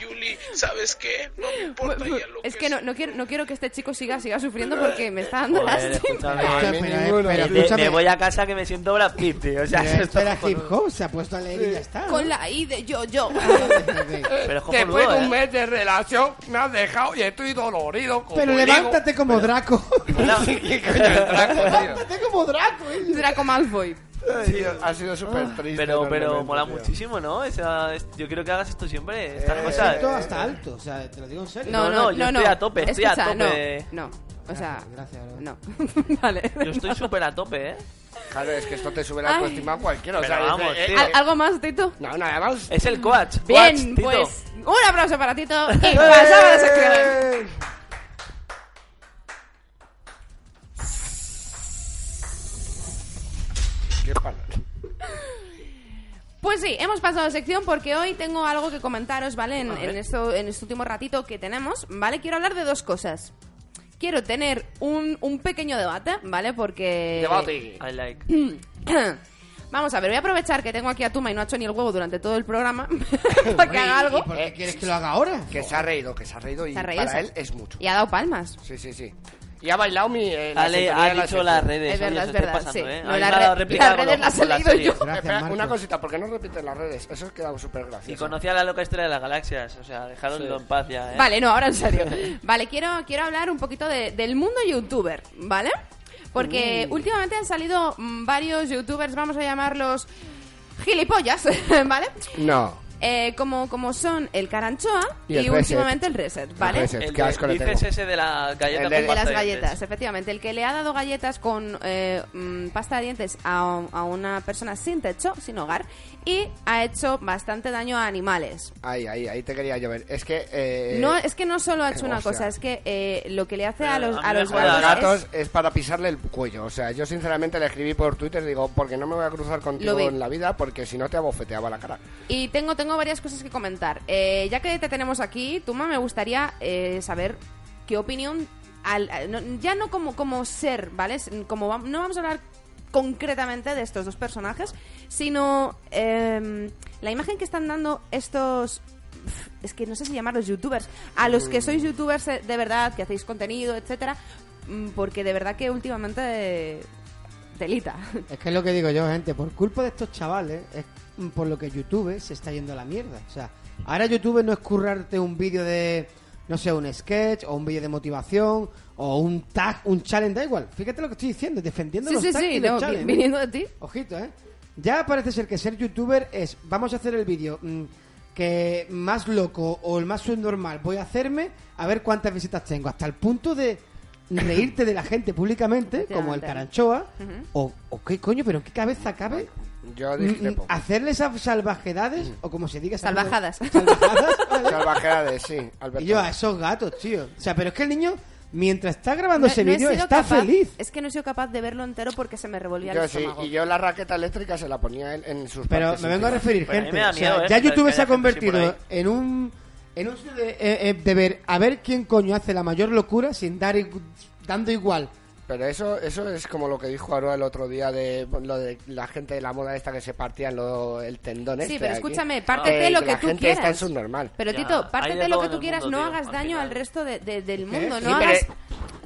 Speaker 16: Yuli, ¿sabes qué? ¿eh? No me importa ya lo
Speaker 3: Es que no, no, quiero, no quiero que este chico siga, siga sufriendo porque me está dando
Speaker 7: Joder,
Speaker 3: lástima.
Speaker 7: escúchame,
Speaker 5: Escúchame,
Speaker 7: me-
Speaker 5: eh, pero
Speaker 7: me- me,
Speaker 5: escúchame.
Speaker 7: voy a casa que me siento Brad Pitt, tío. O sea,
Speaker 5: Pero
Speaker 7: eso
Speaker 5: esto era
Speaker 7: está
Speaker 5: hip
Speaker 7: cojonudo.
Speaker 5: hop, se ha puesto alegre y ya está.
Speaker 3: Con la I de yo, yo.
Speaker 7: Pero es
Speaker 6: Después
Speaker 7: cojonudo,
Speaker 6: de
Speaker 7: ¿eh?
Speaker 6: un mes de relación me has dejado y estoy dolorido. Como
Speaker 5: Pero
Speaker 6: digo.
Speaker 5: levántate como Draco.
Speaker 6: ¿Qué coño es Draco, tío?
Speaker 5: Levántate como Draco, eh.
Speaker 3: Draco Malfoy.
Speaker 6: Ay, Dios, ha sido súper triste.
Speaker 7: Pero, pero
Speaker 6: enormemente,
Speaker 7: mola
Speaker 6: tío.
Speaker 7: muchísimo, ¿no? Esa- es- yo quiero que hagas esto siempre, estas
Speaker 5: Eh,
Speaker 7: cosas.
Speaker 5: esto hasta alto, o sea, te lo digo en serio.
Speaker 3: No,
Speaker 7: No, no,
Speaker 3: no, no,
Speaker 7: yo
Speaker 3: no.
Speaker 7: estoy a tope, estoy a
Speaker 3: Escucha,
Speaker 7: tope.
Speaker 3: No, no. O sea, no.
Speaker 7: ¿eh? Yo estoy súper a tope, ¿eh?
Speaker 6: Claro, es que esto te sube la autoestima a cualquiera. O
Speaker 7: Pero
Speaker 6: sea, dice,
Speaker 7: vamos,
Speaker 6: eh,
Speaker 7: tío.
Speaker 3: ¿Al- ¿Algo más, Tito?
Speaker 6: No, nada más.
Speaker 7: Es el coach. coach,
Speaker 3: Bien,
Speaker 7: Tito.
Speaker 3: pues un aplauso para Tito y pasaba la sección.
Speaker 6: Qué palabra.
Speaker 3: Pues sí, hemos pasado sección porque hoy tengo algo que comentaros, ¿vale? En, en esto, en este último ratito que tenemos, ¿vale? Quiero hablar de dos cosas. Quiero tener un, un pequeño debate, ¿vale? Porque...
Speaker 7: I like.
Speaker 3: Vamos a ver, voy a aprovechar que tengo aquí a Tuma y no ha hecho ni el huevo durante todo el programa para que haga algo.
Speaker 5: ¿Por qué quieres que lo haga ahora?
Speaker 6: Que se ha reído, que se ha reído y
Speaker 3: Se ha reído,
Speaker 6: para
Speaker 3: se ha-
Speaker 6: él es mucho.
Speaker 3: Y ha dado palmas.
Speaker 6: Sí, sí, sí. Y ha bailado mi. eh, la
Speaker 7: Ale
Speaker 6: sintonía
Speaker 7: ha
Speaker 6: de la
Speaker 7: dicho
Speaker 6: sección.
Speaker 7: las redes.
Speaker 3: Es verdad,
Speaker 7: oye, os
Speaker 3: es
Speaker 7: estáis
Speaker 3: verdad,
Speaker 7: pasando,
Speaker 3: sí.
Speaker 7: ¿eh?
Speaker 3: No,
Speaker 7: A mí
Speaker 3: la
Speaker 7: me ha dado
Speaker 3: red-
Speaker 7: réplica
Speaker 3: las
Speaker 7: con los-
Speaker 3: redes las he
Speaker 7: con
Speaker 3: leído
Speaker 7: series.
Speaker 3: yo.
Speaker 5: Gracias,
Speaker 6: Espera,
Speaker 5: Marco.
Speaker 6: una cosita, porque no repiten las redes. Eso es quedado súper
Speaker 7: Y
Speaker 6: gracioso.
Speaker 7: conocía la loca historia de las galaxias. O sea, dejadlo en paz ya, ¿eh?
Speaker 3: Vale, no, ahora en serio. Vale, quiero, quiero hablar un poquito de- del mundo youtuber, ¿vale?
Speaker 6: Mm.
Speaker 3: Porque últimamente han salido mm, varios youtubers, vamos a llamarlos gilipollas, ¿vale?
Speaker 6: No.
Speaker 3: Eh, como, como son el Caranchoa
Speaker 6: Y
Speaker 3: y,
Speaker 6: el Reset.
Speaker 3: últimamente el Reset, ¿vale?
Speaker 6: El Reset.
Speaker 7: El
Speaker 6: Qué asco
Speaker 7: de,
Speaker 6: le
Speaker 7: dices
Speaker 6: tengo.
Speaker 7: ese de la galleta
Speaker 6: El
Speaker 7: con
Speaker 6: de-
Speaker 3: El de
Speaker 7: pasta
Speaker 3: las
Speaker 7: de dientes.
Speaker 3: galletas, efectivamente. El que le ha dado galletas con eh, mm, pasta de dientes a, a una persona sin techo, sin hogar, y ha hecho bastante daño a animales.
Speaker 6: Ahí, ahí, ahí te quería llover. Es que. eh,
Speaker 3: no, es que no solo ha hecho
Speaker 6: o
Speaker 3: una
Speaker 6: sea.
Speaker 3: cosa, es que eh, lo que le hace a
Speaker 7: Pero
Speaker 3: los,
Speaker 7: a mí
Speaker 3: a
Speaker 7: me
Speaker 3: los
Speaker 7: jodas.
Speaker 6: Los
Speaker 3: gatos,
Speaker 6: gatos
Speaker 3: es-
Speaker 6: es... para pisarle el cuello. O sea, yo sinceramente le escribí por Twitter, digo, porque no me voy a cruzar contigo
Speaker 3: vi.
Speaker 6: en la vida, porque si no te abofeteaba la cara.
Speaker 3: Y tengo, tengo varias cosas que comentar. Eh, ya que te tenemos aquí, Tuma, me gustaría eh, saber qué opinión, al, al- no- ya no como, como ser, ¿vale? Es- Como vam- no vamos a hablar concretamente de estos dos personajes, sino em, la imagen que están dando estos... pf, Es que no sé si llamarlos youtubers. A los que sois youtubers eh, de verdad, que hacéis contenido, etcétera, mm, porque de verdad que últimamente... eh, Telita.
Speaker 5: Es que es lo que digo yo, gente. Por culpa de estos chavales, es por lo que YouTube se está yendo a la mierda. O sea, ahora YouTube no es currarte un vídeo de, no sé, un sketch o un vídeo de motivación o un tag, un challenge, da igual. Fíjate lo que estoy diciendo, defendiendo
Speaker 3: Sí,
Speaker 5: los
Speaker 3: sí,
Speaker 5: tags
Speaker 3: sí,
Speaker 5: y los
Speaker 3: no, vi-
Speaker 5: challenges.
Speaker 3: viniendo de ti.
Speaker 5: Ojito, ¿eh? Ya parece ser que ser youtuber es, vamos a hacer el vídeo mm, que más loco o el más subnormal voy a hacerme, a ver cuántas visitas tengo, hasta el punto de reírte de la gente públicamente, como el
Speaker 3: Efectivamente.
Speaker 5: Caranchoa,
Speaker 3: Ujú.
Speaker 5: o, o qué coño, pero en qué cabeza cabe
Speaker 6: Yo
Speaker 5: mm,
Speaker 6: dije,
Speaker 5: mm, hacerle esas salvajedades, o como se diga...
Speaker 3: Salvajadas.
Speaker 5: salvajadas, ¿vale?
Speaker 6: salvajeades, sí, Alberto.
Speaker 5: Y yo a esos gatos, tío. O sea, pero es que el niño, mientras está grabando
Speaker 3: No-
Speaker 5: ese
Speaker 3: no he
Speaker 5: vídeo,
Speaker 3: sido
Speaker 5: está
Speaker 3: capaz-
Speaker 5: feliz.
Speaker 3: Es que no he sido capaz de verlo entero porque se me revolvía el
Speaker 6: Yo sí,
Speaker 3: estómago.
Speaker 6: y yo la raqueta eléctrica se la ponía él en sus
Speaker 5: Pero
Speaker 6: partes
Speaker 5: me vengo a
Speaker 6: íntimas.
Speaker 5: referir,
Speaker 7: Bueno, a mí
Speaker 5: gente.
Speaker 7: me da
Speaker 5: o sea,
Speaker 7: miedo, ¿eh?
Speaker 5: ya
Speaker 7: que
Speaker 5: YouTube
Speaker 7: haya
Speaker 5: se ha
Speaker 7: gente así por
Speaker 5: convertido en un. En un sitio de, eh, eh, de ver a ver quién coño hace la mayor locura sin dar igu- dando igual.
Speaker 6: Pero eso, eso es como lo que dijo Aroa el otro día de lo de la gente de la moda esta que se partían lo- el tendón
Speaker 3: Sí,
Speaker 6: este
Speaker 3: pero
Speaker 6: aquí.
Speaker 3: escúchame,
Speaker 6: Eh,
Speaker 3: pártete lo que
Speaker 6: la
Speaker 3: tú
Speaker 6: gente
Speaker 3: quieras.
Speaker 6: está en subnormal.
Speaker 3: Pero
Speaker 7: Ya, hay
Speaker 3: Tito,
Speaker 7: de
Speaker 3: pártete
Speaker 7: todo
Speaker 3: lo
Speaker 7: en
Speaker 3: que
Speaker 7: el
Speaker 3: tú quieras,
Speaker 7: mundo,
Speaker 3: no
Speaker 7: tío,
Speaker 3: hagas
Speaker 7: al
Speaker 3: daño
Speaker 7: final.
Speaker 3: al resto de- de- del
Speaker 6: Sí,
Speaker 3: mundo,
Speaker 6: sí,
Speaker 3: no
Speaker 6: pero,
Speaker 3: hagas...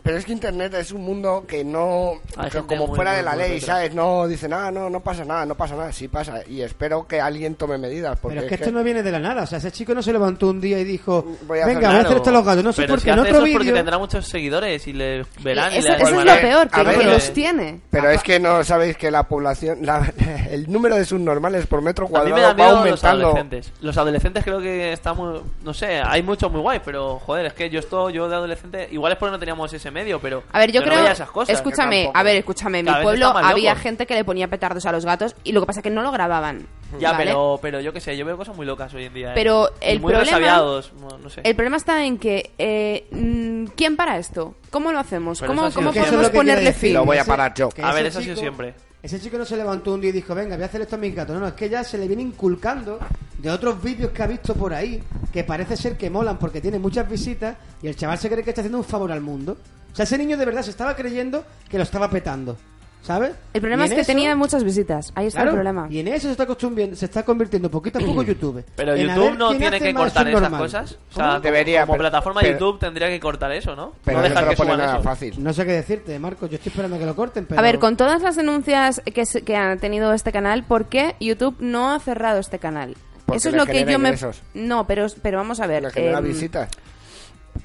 Speaker 6: pero es que Internet es un mundo que no,
Speaker 7: Hay
Speaker 6: que
Speaker 7: gente
Speaker 6: como
Speaker 7: muy,
Speaker 6: fuera
Speaker 7: muy,
Speaker 6: de la
Speaker 7: muy
Speaker 6: ley,
Speaker 7: detrás.
Speaker 6: ¿sabes? No dicen, ah, no, no pasa nada, no pasa nada, sí pasa. Y espero que alguien tome medidas. Porque
Speaker 5: Pero es que
Speaker 6: es
Speaker 5: esto no viene de la nada. O sea, ese chico no se levantó un día y dijo,
Speaker 6: Voy a hacer-
Speaker 5: venga, voy a hacer esto a los gatos. No sé
Speaker 7: Pero
Speaker 5: por
Speaker 7: si
Speaker 5: qué en
Speaker 7: hace
Speaker 5: otro
Speaker 7: eso es porque
Speaker 5: vídeo.
Speaker 7: tendrá muchos seguidores y le verán y,
Speaker 3: Eso,
Speaker 7: le
Speaker 3: eso es
Speaker 7: informarán.
Speaker 3: lo peor, que,
Speaker 6: A ver,
Speaker 3: que
Speaker 6: eh,
Speaker 3: los tiene.
Speaker 6: Pero
Speaker 7: Ah,
Speaker 6: es que no sabéis que la población, la- el número de subnormales por metro
Speaker 7: A mí
Speaker 6: cuadrado
Speaker 7: me da
Speaker 6: va
Speaker 7: miedo los
Speaker 6: aumentando.
Speaker 7: adolescentes. Los adolescentes creo que está muy... No sé, hay muchos muy guays, pero joder, es que yo estoy yo de adolescente... Igual es porque no teníamos ese medio, pero...
Speaker 3: A ver, yo
Speaker 7: no
Speaker 3: creo...
Speaker 7: veía esas cosas.
Speaker 3: escúchame, a ver, escúchame. En mi
Speaker 7: Cada vez
Speaker 3: pueblo
Speaker 7: están más
Speaker 3: había
Speaker 7: locos.
Speaker 3: gente que le ponía petardos a los gatos y lo que pasa es que no lo grababan.
Speaker 7: Ya,
Speaker 3: ¿vale?
Speaker 7: pero, pero yo qué sé, yo veo cosas muy locas hoy en día. ¿eh?
Speaker 3: Pero
Speaker 7: Y
Speaker 3: el
Speaker 7: muy
Speaker 3: problema-
Speaker 7: resabiados, no- no sé.
Speaker 3: El problema está en que... eh, mm, ¿Quién para esto? ¿Cómo lo hacemos?
Speaker 7: Pero eso
Speaker 3: ¿Cómo,
Speaker 7: sí
Speaker 3: cómo
Speaker 7: es que eso es
Speaker 3: podemos
Speaker 5: lo que quiero
Speaker 3: ponerle
Speaker 5: decir.
Speaker 3: fin?
Speaker 6: Lo voy a
Speaker 5: Ese-
Speaker 6: parar yo.
Speaker 5: que
Speaker 7: A
Speaker 5: ese
Speaker 7: ver, eso ha sido
Speaker 5: chico-
Speaker 7: siempre.
Speaker 5: Ese chico no se levantó un día y dijo, venga, voy a hacer esto a mis gatos. No, no, es que ya se le viene inculcando de otros vídeos que ha visto por ahí, que parece ser que molan porque tiene muchas visitas y el chaval se cree que está haciendo un favor al mundo. O sea, ese niño de verdad se estaba creyendo que lo estaba petando. ¿sabes?
Speaker 3: El problema
Speaker 5: Y
Speaker 3: es
Speaker 5: en
Speaker 3: que
Speaker 5: eso-
Speaker 3: tenía muchas visitas. Ahí está
Speaker 5: Claro,
Speaker 3: el problema.
Speaker 5: Y en eso se está, acostumbriendo- se está convirtiendo poquito a poco YouTube.
Speaker 7: Pero
Speaker 5: En a
Speaker 7: YouTube
Speaker 5: ver
Speaker 7: no
Speaker 5: quién
Speaker 7: tiene
Speaker 5: hace
Speaker 7: que
Speaker 5: más
Speaker 7: cortar esas
Speaker 5: subnormal.
Speaker 7: cosas. O
Speaker 5: ¿Cómo?
Speaker 7: sea,
Speaker 6: Debería,
Speaker 7: como
Speaker 6: pero-
Speaker 7: plataforma
Speaker 6: pero-
Speaker 7: YouTube tendría que cortar eso, ¿no?
Speaker 6: pero
Speaker 7: no
Speaker 6: no
Speaker 7: dejar
Speaker 6: te lo
Speaker 7: que
Speaker 6: pone
Speaker 7: suban
Speaker 6: nada
Speaker 7: eso.
Speaker 6: fácil.
Speaker 5: No sé qué decirte, Marcos. Yo estoy esperando que lo corten, pero...
Speaker 3: A ver, con todas las denuncias que, se- que ha tenido este canal, ¿por qué YouTube no ha cerrado este canal?
Speaker 6: Porque
Speaker 3: Eso es
Speaker 6: le
Speaker 3: lo que
Speaker 6: genera
Speaker 3: yo me...
Speaker 6: ingresos.
Speaker 3: No, pero, pero vamos a ver.
Speaker 6: genera
Speaker 3: em,
Speaker 6: visitas.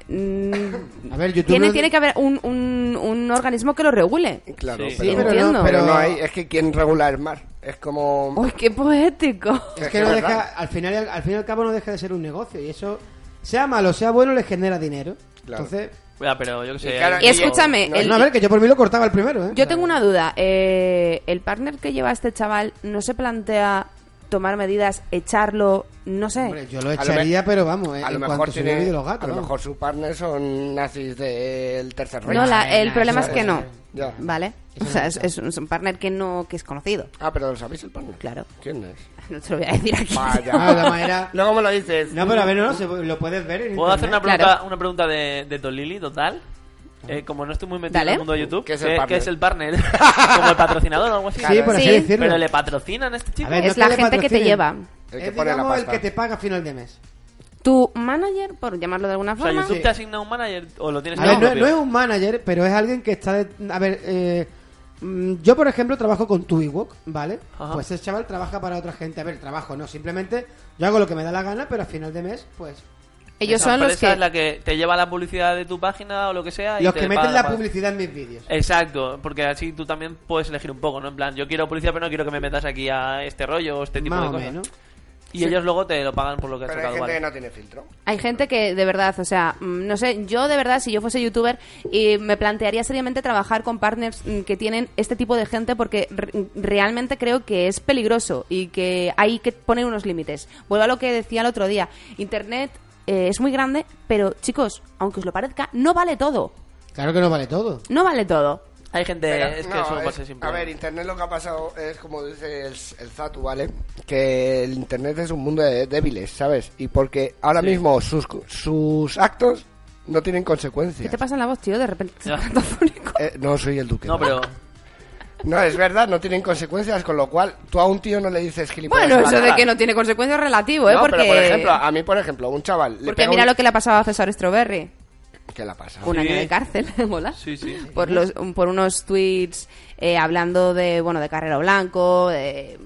Speaker 3: mm,
Speaker 5: A ver, YouTube...
Speaker 3: tiene,
Speaker 5: no-
Speaker 3: tiene que haber un, un- un organismo que lo regule.
Speaker 6: Claro,
Speaker 5: Sí,
Speaker 6: pero,
Speaker 5: sí,
Speaker 6: pero
Speaker 5: pero
Speaker 6: no,
Speaker 5: no,
Speaker 6: pero
Speaker 5: pero-
Speaker 6: no hay. Es que quien regula el mar. Es como.
Speaker 3: Uy, qué poético.
Speaker 5: Es que no deja, al, final, y al- al fin y al cabo no deja de ser un negocio y eso, sea malo, sea bueno, le genera dinero. Entonces,
Speaker 7: Cuidado, pero yo qué sé.
Speaker 3: Y escúchame,
Speaker 5: no,
Speaker 3: el-
Speaker 5: no, a ver, que yo por mí lo cortaba el primero, ¿eh?
Speaker 3: yo tengo una duda. eh, ¿El partner que lleva a este chaval no se plantea tomar medidas, echarlo, no sé?
Speaker 5: Yo lo echaría, pero vamos, eh,
Speaker 6: a lo
Speaker 5: en
Speaker 6: mejor
Speaker 5: cuanto se
Speaker 6: tiene,
Speaker 5: olvide los gatos,
Speaker 6: a lo
Speaker 5: vamos. Ah,
Speaker 6: mejor sus partners son nazis del tercer reino.
Speaker 3: No, la-
Speaker 5: Ah,
Speaker 3: el problema es que no.
Speaker 6: Ya.
Speaker 3: ¿Vale? O sea, es, es un es un partner que no que es conocido.
Speaker 6: Ah, pero lo sabéis el partner.
Speaker 3: Claro.
Speaker 6: ¿Quién es?
Speaker 3: No te lo voy a decir aquí.
Speaker 6: Vaya.
Speaker 5: Ah, la manera-
Speaker 6: Luego me lo dices.
Speaker 5: No, pero a ver, no, no, se- lo puedes ver en
Speaker 7: ¿Puedo hacer una
Speaker 5: internet.
Speaker 7: pregunta, una pregunta de, de Tolili, total? Eh, como no estoy muy metido
Speaker 3: Dale.
Speaker 7: en el mundo de YouTube,
Speaker 6: ¿Qué es
Speaker 7: ¿qué-
Speaker 6: el partner?
Speaker 7: qué es el partner? como el patrocinador o algo así.
Speaker 5: Sí, por así Sí. decirlo.
Speaker 7: Pero le patrocinan a este chico.
Speaker 5: A ver, no
Speaker 3: es
Speaker 5: que
Speaker 3: la
Speaker 5: le
Speaker 3: gente que te
Speaker 5: patrocinen.
Speaker 3: lleva.
Speaker 6: El que
Speaker 5: Es,
Speaker 6: pone la
Speaker 5: Eh, digamos, el
Speaker 6: pasta.
Speaker 5: que te paga a final de mes.
Speaker 3: Tu manager, por llamarlo de alguna
Speaker 7: O sea,
Speaker 3: forma.
Speaker 7: YouTube te asigna un manager o lo tienes
Speaker 5: A ver,
Speaker 7: tú
Speaker 5: no,
Speaker 7: propio?
Speaker 5: no es un manager, pero es alguien que está... de- a ver, eh, mm, yo, por ejemplo, trabajo con Tuiwok, ¿vale?
Speaker 7: Ajá.
Speaker 5: Pues ese chaval trabaja para otra gente. A ver, trabajo, no, simplemente yo hago lo que me da la gana, pero a final de mes, pues...
Speaker 3: Ellos
Speaker 7: Esa
Speaker 3: son los
Speaker 7: empresa
Speaker 3: que.
Speaker 7: es la que te lleva la publicidad de tu página o lo que sea. y
Speaker 5: Los
Speaker 7: te
Speaker 5: que
Speaker 7: paga
Speaker 5: meten la
Speaker 7: pa-
Speaker 5: publicidad en mis vídeos.
Speaker 7: Exacto, porque así tú también puedes elegir un poco, ¿no? En plan, yo quiero publicidad, pero no quiero que me metas aquí a este rollo o este tipo
Speaker 5: Más
Speaker 7: de
Speaker 5: o
Speaker 7: cosas.
Speaker 5: menos.
Speaker 7: Y ellos luego te lo pagan por lo que has
Speaker 6: Pero hay
Speaker 7: sacado,
Speaker 6: gente
Speaker 7: vale.
Speaker 6: que no tiene filtro.
Speaker 3: Hay gente que de verdad, o sea, mm, no sé, yo de verdad, si yo fuese youtuber, y me plantearía seriamente trabajar con partners mm, que tienen este tipo de gente porque re- realmente creo que es peligroso y que hay que poner unos límites. Vuelvo a lo que decía el otro día. Internet eh, es muy grande, pero chicos, aunque os lo parezca, no vale todo.
Speaker 5: Claro que no vale todo.
Speaker 3: No vale todo.
Speaker 7: Hay gente
Speaker 6: Pero,
Speaker 7: Eh, es que
Speaker 6: no,
Speaker 7: eso
Speaker 6: es-
Speaker 7: pasa siempre.
Speaker 6: A ver, Internet lo que ha pasado es, como dice el, el Zatu, ¿vale? Que el Internet es un mundo de débiles, ¿sabes? Y porque ahora
Speaker 7: Sí.
Speaker 6: mismo sus, sus actos no tienen consecuencias.
Speaker 3: ¿Qué te pasa en la voz, tío? De repente.
Speaker 6: Eh, no soy el duque.
Speaker 7: no, pero
Speaker 6: No, es verdad, no tienen consecuencias, con lo cual tú a un tío no le dices gilipollas.
Speaker 3: Bueno,
Speaker 6: en la
Speaker 3: eso de
Speaker 6: cara.
Speaker 3: que no tiene consecuencias relativo, ¿eh?
Speaker 6: No,
Speaker 3: porque
Speaker 6: pero por ejemplo, a mí, por ejemplo, un chaval le
Speaker 3: porque
Speaker 6: pega
Speaker 3: mira
Speaker 6: un-
Speaker 3: lo que le ha pasado a César Stroberry.
Speaker 6: ¿Qué le ha pasado?
Speaker 3: un
Speaker 7: Ah, Sí.
Speaker 3: año de cárcel, mola.
Speaker 7: Sí, sí.
Speaker 3: Por, los, un- por unos tweets eh, hablando de, bueno, de Carrero Blanco, de...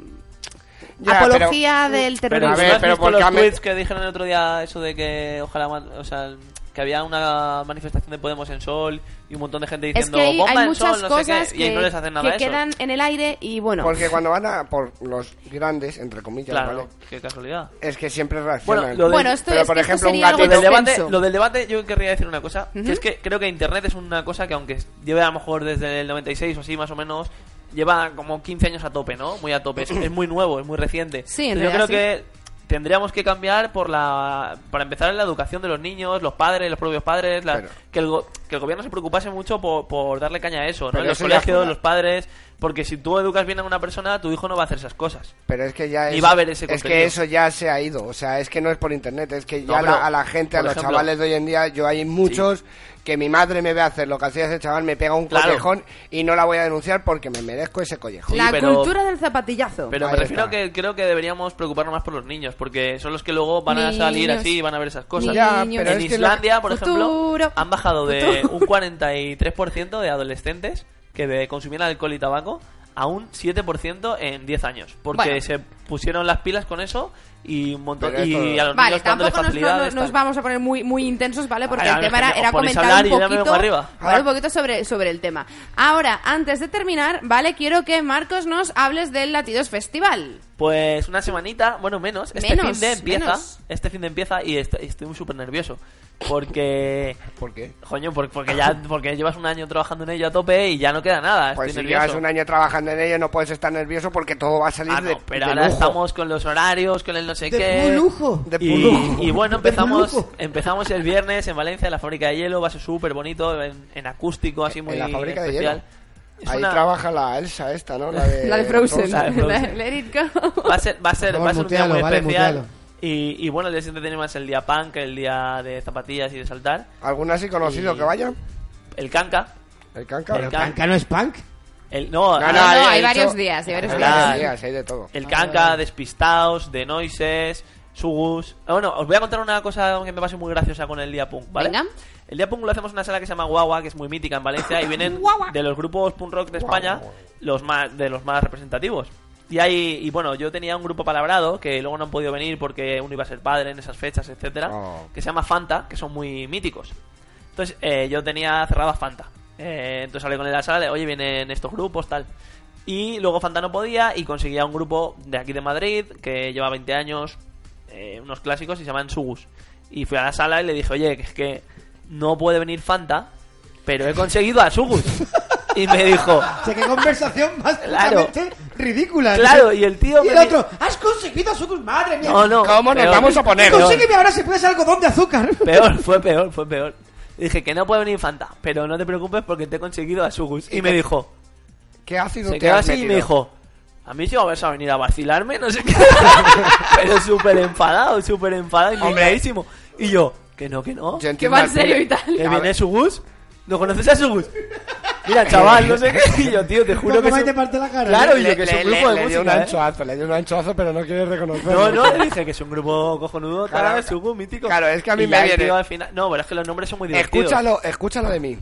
Speaker 6: Ya,
Speaker 3: apología del
Speaker 7: Pero
Speaker 3: terrorismo.
Speaker 6: a
Speaker 7: a
Speaker 6: ver,
Speaker 7: ver,
Speaker 6: pero porque
Speaker 7: los
Speaker 6: a mí-
Speaker 7: tweets que dijeron el otro día eso de que ojalá, man- o sea, que había una manifestación de Podemos en Sol y un montón de gente
Speaker 3: es
Speaker 7: diciendo
Speaker 3: que hay,
Speaker 7: bomba
Speaker 3: hay
Speaker 7: en
Speaker 3: muchas
Speaker 7: Sol, no
Speaker 3: cosas
Speaker 7: sé qué, y
Speaker 3: que,
Speaker 7: ahí no les hacen nada
Speaker 3: que
Speaker 7: eso.
Speaker 3: quedan en el aire y, bueno,
Speaker 6: Porque cuando van a por los grandes, entre comillas,
Speaker 7: Claro,
Speaker 6: ¿vale?
Speaker 7: qué casualidad.
Speaker 6: Es que siempre reaccionan.
Speaker 7: Bueno, lo de- Bueno,
Speaker 3: esto
Speaker 6: pero
Speaker 3: es-
Speaker 6: por
Speaker 3: esto
Speaker 6: ejemplo,
Speaker 3: sería
Speaker 6: un
Speaker 3: algo
Speaker 7: Lo del,
Speaker 6: gatito...
Speaker 3: de-
Speaker 7: debate,
Speaker 3: Extenso.
Speaker 7: lo del debate yo querría decir una cosa,
Speaker 3: Ujú.
Speaker 7: que es que creo que Internet es una cosa que aunque lleve a lo mejor desde el 96 o así más o menos, lleva como 15 años a tope, ¿no? Muy a tope, es, es muy nuevo, es muy reciente.
Speaker 3: Sí, en
Speaker 7: Entonces, yo creo
Speaker 3: realidad
Speaker 7: que tendríamos que cambiar por la para empezar en la educación de los niños, los padres, los propios padres, la-
Speaker 6: Pero-
Speaker 7: que, el go- que el gobierno se preocupase mucho por, por darle caña a eso, ¿no?
Speaker 6: Pero
Speaker 7: En los
Speaker 6: eso ya es
Speaker 7: colegios,
Speaker 6: una-
Speaker 7: los padres, porque si tú educas bien a una persona, tu hijo no va a hacer esas cosas.
Speaker 6: Pero es que ya
Speaker 7: Ni
Speaker 6: es,
Speaker 7: va a haber ese
Speaker 6: es que
Speaker 7: contenido.
Speaker 6: eso ya se ha ido, o sea, es que no es por internet, es que
Speaker 7: No,
Speaker 6: ya
Speaker 7: pero,
Speaker 6: la- a la gente, a
Speaker 7: por
Speaker 6: los
Speaker 7: ejemplo-
Speaker 6: chavales de hoy en día, yo hay muchos que mi madre me ve hacer lo que hacía ese chaval, me pega un
Speaker 7: Claro.
Speaker 6: collejón y no la voy a denunciar porque me merezco ese collejón.
Speaker 3: la
Speaker 7: pero-
Speaker 3: cultura del zapatillazo.
Speaker 7: Pero
Speaker 6: Ahí
Speaker 7: me refiero
Speaker 6: está.
Speaker 7: que creo que deberíamos preocuparnos más por los niños, porque son los que luego van
Speaker 3: Niños.
Speaker 7: a salir así y van a ver esas cosas.
Speaker 6: Ya,
Speaker 3: Niños.
Speaker 6: pero
Speaker 7: en
Speaker 6: es que lo-
Speaker 7: Islandia, por
Speaker 3: Futuro.
Speaker 7: ejemplo, han bajado de
Speaker 3: Futuro.
Speaker 7: un 43% de adolescentes que de- consumían alcohol y tabaco a un 7% en 10 años, porque
Speaker 3: Bueno.
Speaker 7: se pusieron las pilas con eso y un montón
Speaker 6: Pero esto-
Speaker 7: y a los
Speaker 3: Vale,
Speaker 7: niños dándoles
Speaker 3: tampoco nos, no-
Speaker 7: facilidades.
Speaker 3: nos
Speaker 7: tal.
Speaker 3: vamos a poner muy, muy intensos, ¿vale? Porque
Speaker 7: Ahora,
Speaker 3: el tema era,
Speaker 7: os
Speaker 3: era
Speaker 7: ponéis a
Speaker 3: comentar
Speaker 7: hablar
Speaker 3: un
Speaker 7: y yo ya me vengo
Speaker 3: poquito,
Speaker 7: arriba.
Speaker 3: hablar un poquito sobre, sobre el tema. Ahora, antes de terminar, ¿vale? Quiero que Marcos nos hables del Latidos Festival.
Speaker 7: Pues una semanita, bueno, menos. Este
Speaker 3: Menos,
Speaker 7: fin de empieza.
Speaker 3: menos.
Speaker 7: Este fin de empieza y est- y estoy muy súper nervioso. Porque.
Speaker 6: ¿Por qué?
Speaker 7: Coño, por- porque ya porque llevas un año trabajando en ello a tope y ya no queda nada.
Speaker 6: Pues si
Speaker 7: estoy
Speaker 6: llevas
Speaker 7: nervioso.
Speaker 6: un año trabajando en ello no puedes estar nervioso porque todo va a salir
Speaker 7: Ah,
Speaker 6: de,
Speaker 7: no, pero
Speaker 6: de
Speaker 7: ahora
Speaker 6: lujo.
Speaker 7: estamos con los horarios, con el no sé
Speaker 5: De
Speaker 7: qué.
Speaker 5: lujo.
Speaker 6: De pulujo.
Speaker 7: Y, y bueno,
Speaker 5: De
Speaker 7: empezamos
Speaker 5: lujo.
Speaker 7: empezamos el viernes en Valencia, en la fábrica de hielo. Va a ser súper bonito, en, en acústico, así muy
Speaker 6: en la fábrica de
Speaker 7: especial.
Speaker 6: hielo.
Speaker 7: Es
Speaker 6: Ahí
Speaker 7: una-
Speaker 6: trabaja la Elsa esta, ¿no? La de,
Speaker 3: La de Frozen.
Speaker 7: la de Frozen.
Speaker 3: Let it go.
Speaker 7: va a ser, va a ser,
Speaker 5: Por favor,
Speaker 7: va a ser un día
Speaker 5: mutealo,
Speaker 7: muy
Speaker 5: vale,
Speaker 7: especial.
Speaker 5: mutealo.
Speaker 7: Y, y bueno, el día siguiente tenemos el día punk, el día de zapatillas y de saltar.
Speaker 6: ¿Algún así conocido
Speaker 7: Y-
Speaker 6: que vaya?
Speaker 7: El canca.
Speaker 6: El canca.
Speaker 5: Pero
Speaker 7: El canca.
Speaker 5: Panca no es punk.
Speaker 7: El, no,
Speaker 3: No, no, No, no, hay he varios hecho- días, hay varios
Speaker 6: hay días. varios días, hay de todo.
Speaker 7: El canca, despistaos, de noises, sugus. Ah, Bueno, os voy a contar una cosa que me pasa muy graciosa con el día punk, ¿vale?
Speaker 3: Venga.
Speaker 7: El día punk lo hacemos en una sala que se llama Guagua, que es muy mítica en Valencia, y vienen de los grupos punk rock de España, los más de los más representativos. Y hay y bueno, yo tenía un grupo palabrado que luego no han podido venir porque uno iba a ser padre en esas fechas, etcétera, que se llama Fanta, que son muy míticos. Entonces eh, yo tenía cerrada Fanta. Eh, entonces hablé con él en la sala de, oye, vienen estos grupos, tal. Y luego Fanta no podía y conseguía un grupo de aquí de Madrid que lleva 20 años, eh, unos clásicos y se llaman Sugus. Y fui a la sala y le dije, oye, que es que no puede venir Fanta, pero he conseguido a Sugus. y me dijo,
Speaker 5: O sea, qué conversación más
Speaker 7: Claro.
Speaker 5: putamente ridícula. ¿no?
Speaker 7: Claro, y el tío
Speaker 5: Y
Speaker 7: me
Speaker 5: el
Speaker 7: di-
Speaker 5: otro, has conseguido azúcar, madre mía.
Speaker 7: No, no, ¿Cómo nos peor. vamos a poner?
Speaker 5: Consígueme ahora si puedes algodón de azúcar.
Speaker 7: peor, fue peor, fue peor. Dije que no puede venir Fanta, pero no te preocupes porque te he conseguido a Sugus. Y me dijo,
Speaker 6: ¿Qué ácido
Speaker 7: se
Speaker 6: te
Speaker 7: quedó
Speaker 6: has
Speaker 7: así y
Speaker 6: metido?
Speaker 7: me dijo a mí si vas a venir a vacilarme no sé qué pero súper enfadado súper enfadado indignadísimo y yo que no que no
Speaker 6: Que entiendo va en al serio público. y tal.
Speaker 7: que
Speaker 6: A
Speaker 7: viene
Speaker 6: ver.
Speaker 7: Sugus ¿no conoces a Sugus? mira chaval no sé qué y yo tío te juro que es un- claro y yo que es un grupo de
Speaker 6: le dio un
Speaker 7: música ¿eh?
Speaker 6: anchoazo, le dio un anchoazo, pero no quiere
Speaker 7: no,
Speaker 6: reconocerlo.
Speaker 7: no, le dije que es un grupo cojonudo, tal,
Speaker 6: Claro.
Speaker 7: Sugus, mítico.
Speaker 6: Claro, es que a mí
Speaker 7: Y
Speaker 6: me
Speaker 7: ya el
Speaker 6: viene-
Speaker 7: tío al final- No, pero es que los nombres son muy divertidos.
Speaker 6: Escúchalo, escúchalo de mí.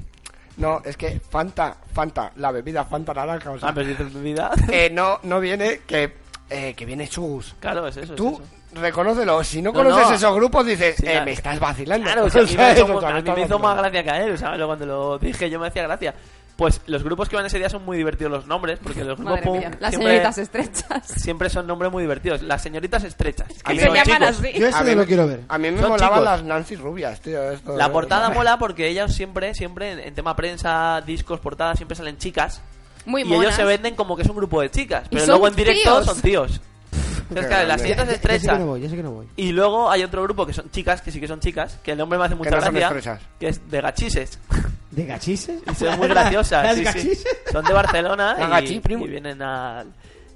Speaker 6: No, es que Fanta, Fanta, la bebida Fanta naranja, o sea.
Speaker 7: Ah, pero dices bebida.
Speaker 6: Eh, no, no viene que, eh, que viene Chus.
Speaker 7: Claro, es eso. es
Speaker 6: Tú,
Speaker 7: eso.
Speaker 6: reconócelo. Si no
Speaker 7: No,
Speaker 6: conoces
Speaker 7: no.
Speaker 6: esos grupos, dices,
Speaker 7: Sí,
Speaker 6: eh,
Speaker 7: claro.
Speaker 6: me estás vacilando.
Speaker 7: Claro, o sea, a mí me
Speaker 6: ¿Sabes?
Speaker 7: hizo,
Speaker 6: O sea,
Speaker 7: a
Speaker 6: me
Speaker 7: mí me
Speaker 6: estás
Speaker 7: hizo más
Speaker 6: vacilando.
Speaker 7: gracia que a él, ¿sabes? Yo Cuando lo dije yo me hacía gracia. Pues los grupos que van ese día son muy divertidos los nombres, porque los grupos
Speaker 3: Madre
Speaker 7: punk
Speaker 3: mía, las
Speaker 7: siempre-
Speaker 3: señoritas estrechas.
Speaker 7: Siempre son nombres muy divertidos. Las señoritas estrechas.
Speaker 6: A mí
Speaker 7: son
Speaker 6: me-
Speaker 7: chicos.
Speaker 6: Yo eso
Speaker 7: A
Speaker 6: no
Speaker 7: mí-
Speaker 6: lo quiero ver. A mí me
Speaker 7: Son
Speaker 6: molaban
Speaker 7: chicos.
Speaker 6: las Nancy rubias, tío. esto-
Speaker 7: La portada
Speaker 6: o sea,
Speaker 7: mola porque ellos siempre, siempre en, en tema prensa, discos, portadas, siempre salen chicas.
Speaker 3: Muy
Speaker 7: y ellos
Speaker 3: monas.
Speaker 7: se venden como que es un grupo de chicas,
Speaker 3: Y
Speaker 7: pero
Speaker 3: son
Speaker 7: luego en directo
Speaker 3: tíos.
Speaker 7: son tíos. Entonces, claro, las señoritas
Speaker 5: Ya- ya- ya sé que
Speaker 7: estrechas.
Speaker 5: no voy, ya sé que no voy.
Speaker 7: Y luego hay otro grupo que son chicas, que sí que son chicas, que el nombre me hace mucha
Speaker 5: no son
Speaker 7: gracia,
Speaker 5: estrechas.
Speaker 7: que es de gachises.
Speaker 5: ¿De gachises?
Speaker 7: Y son muy graciosas.
Speaker 5: ¿Las
Speaker 7: sí, sí.
Speaker 5: gachises?
Speaker 7: Son de Barcelona
Speaker 5: La
Speaker 7: y,
Speaker 5: gachi, primo.
Speaker 7: y vienen a...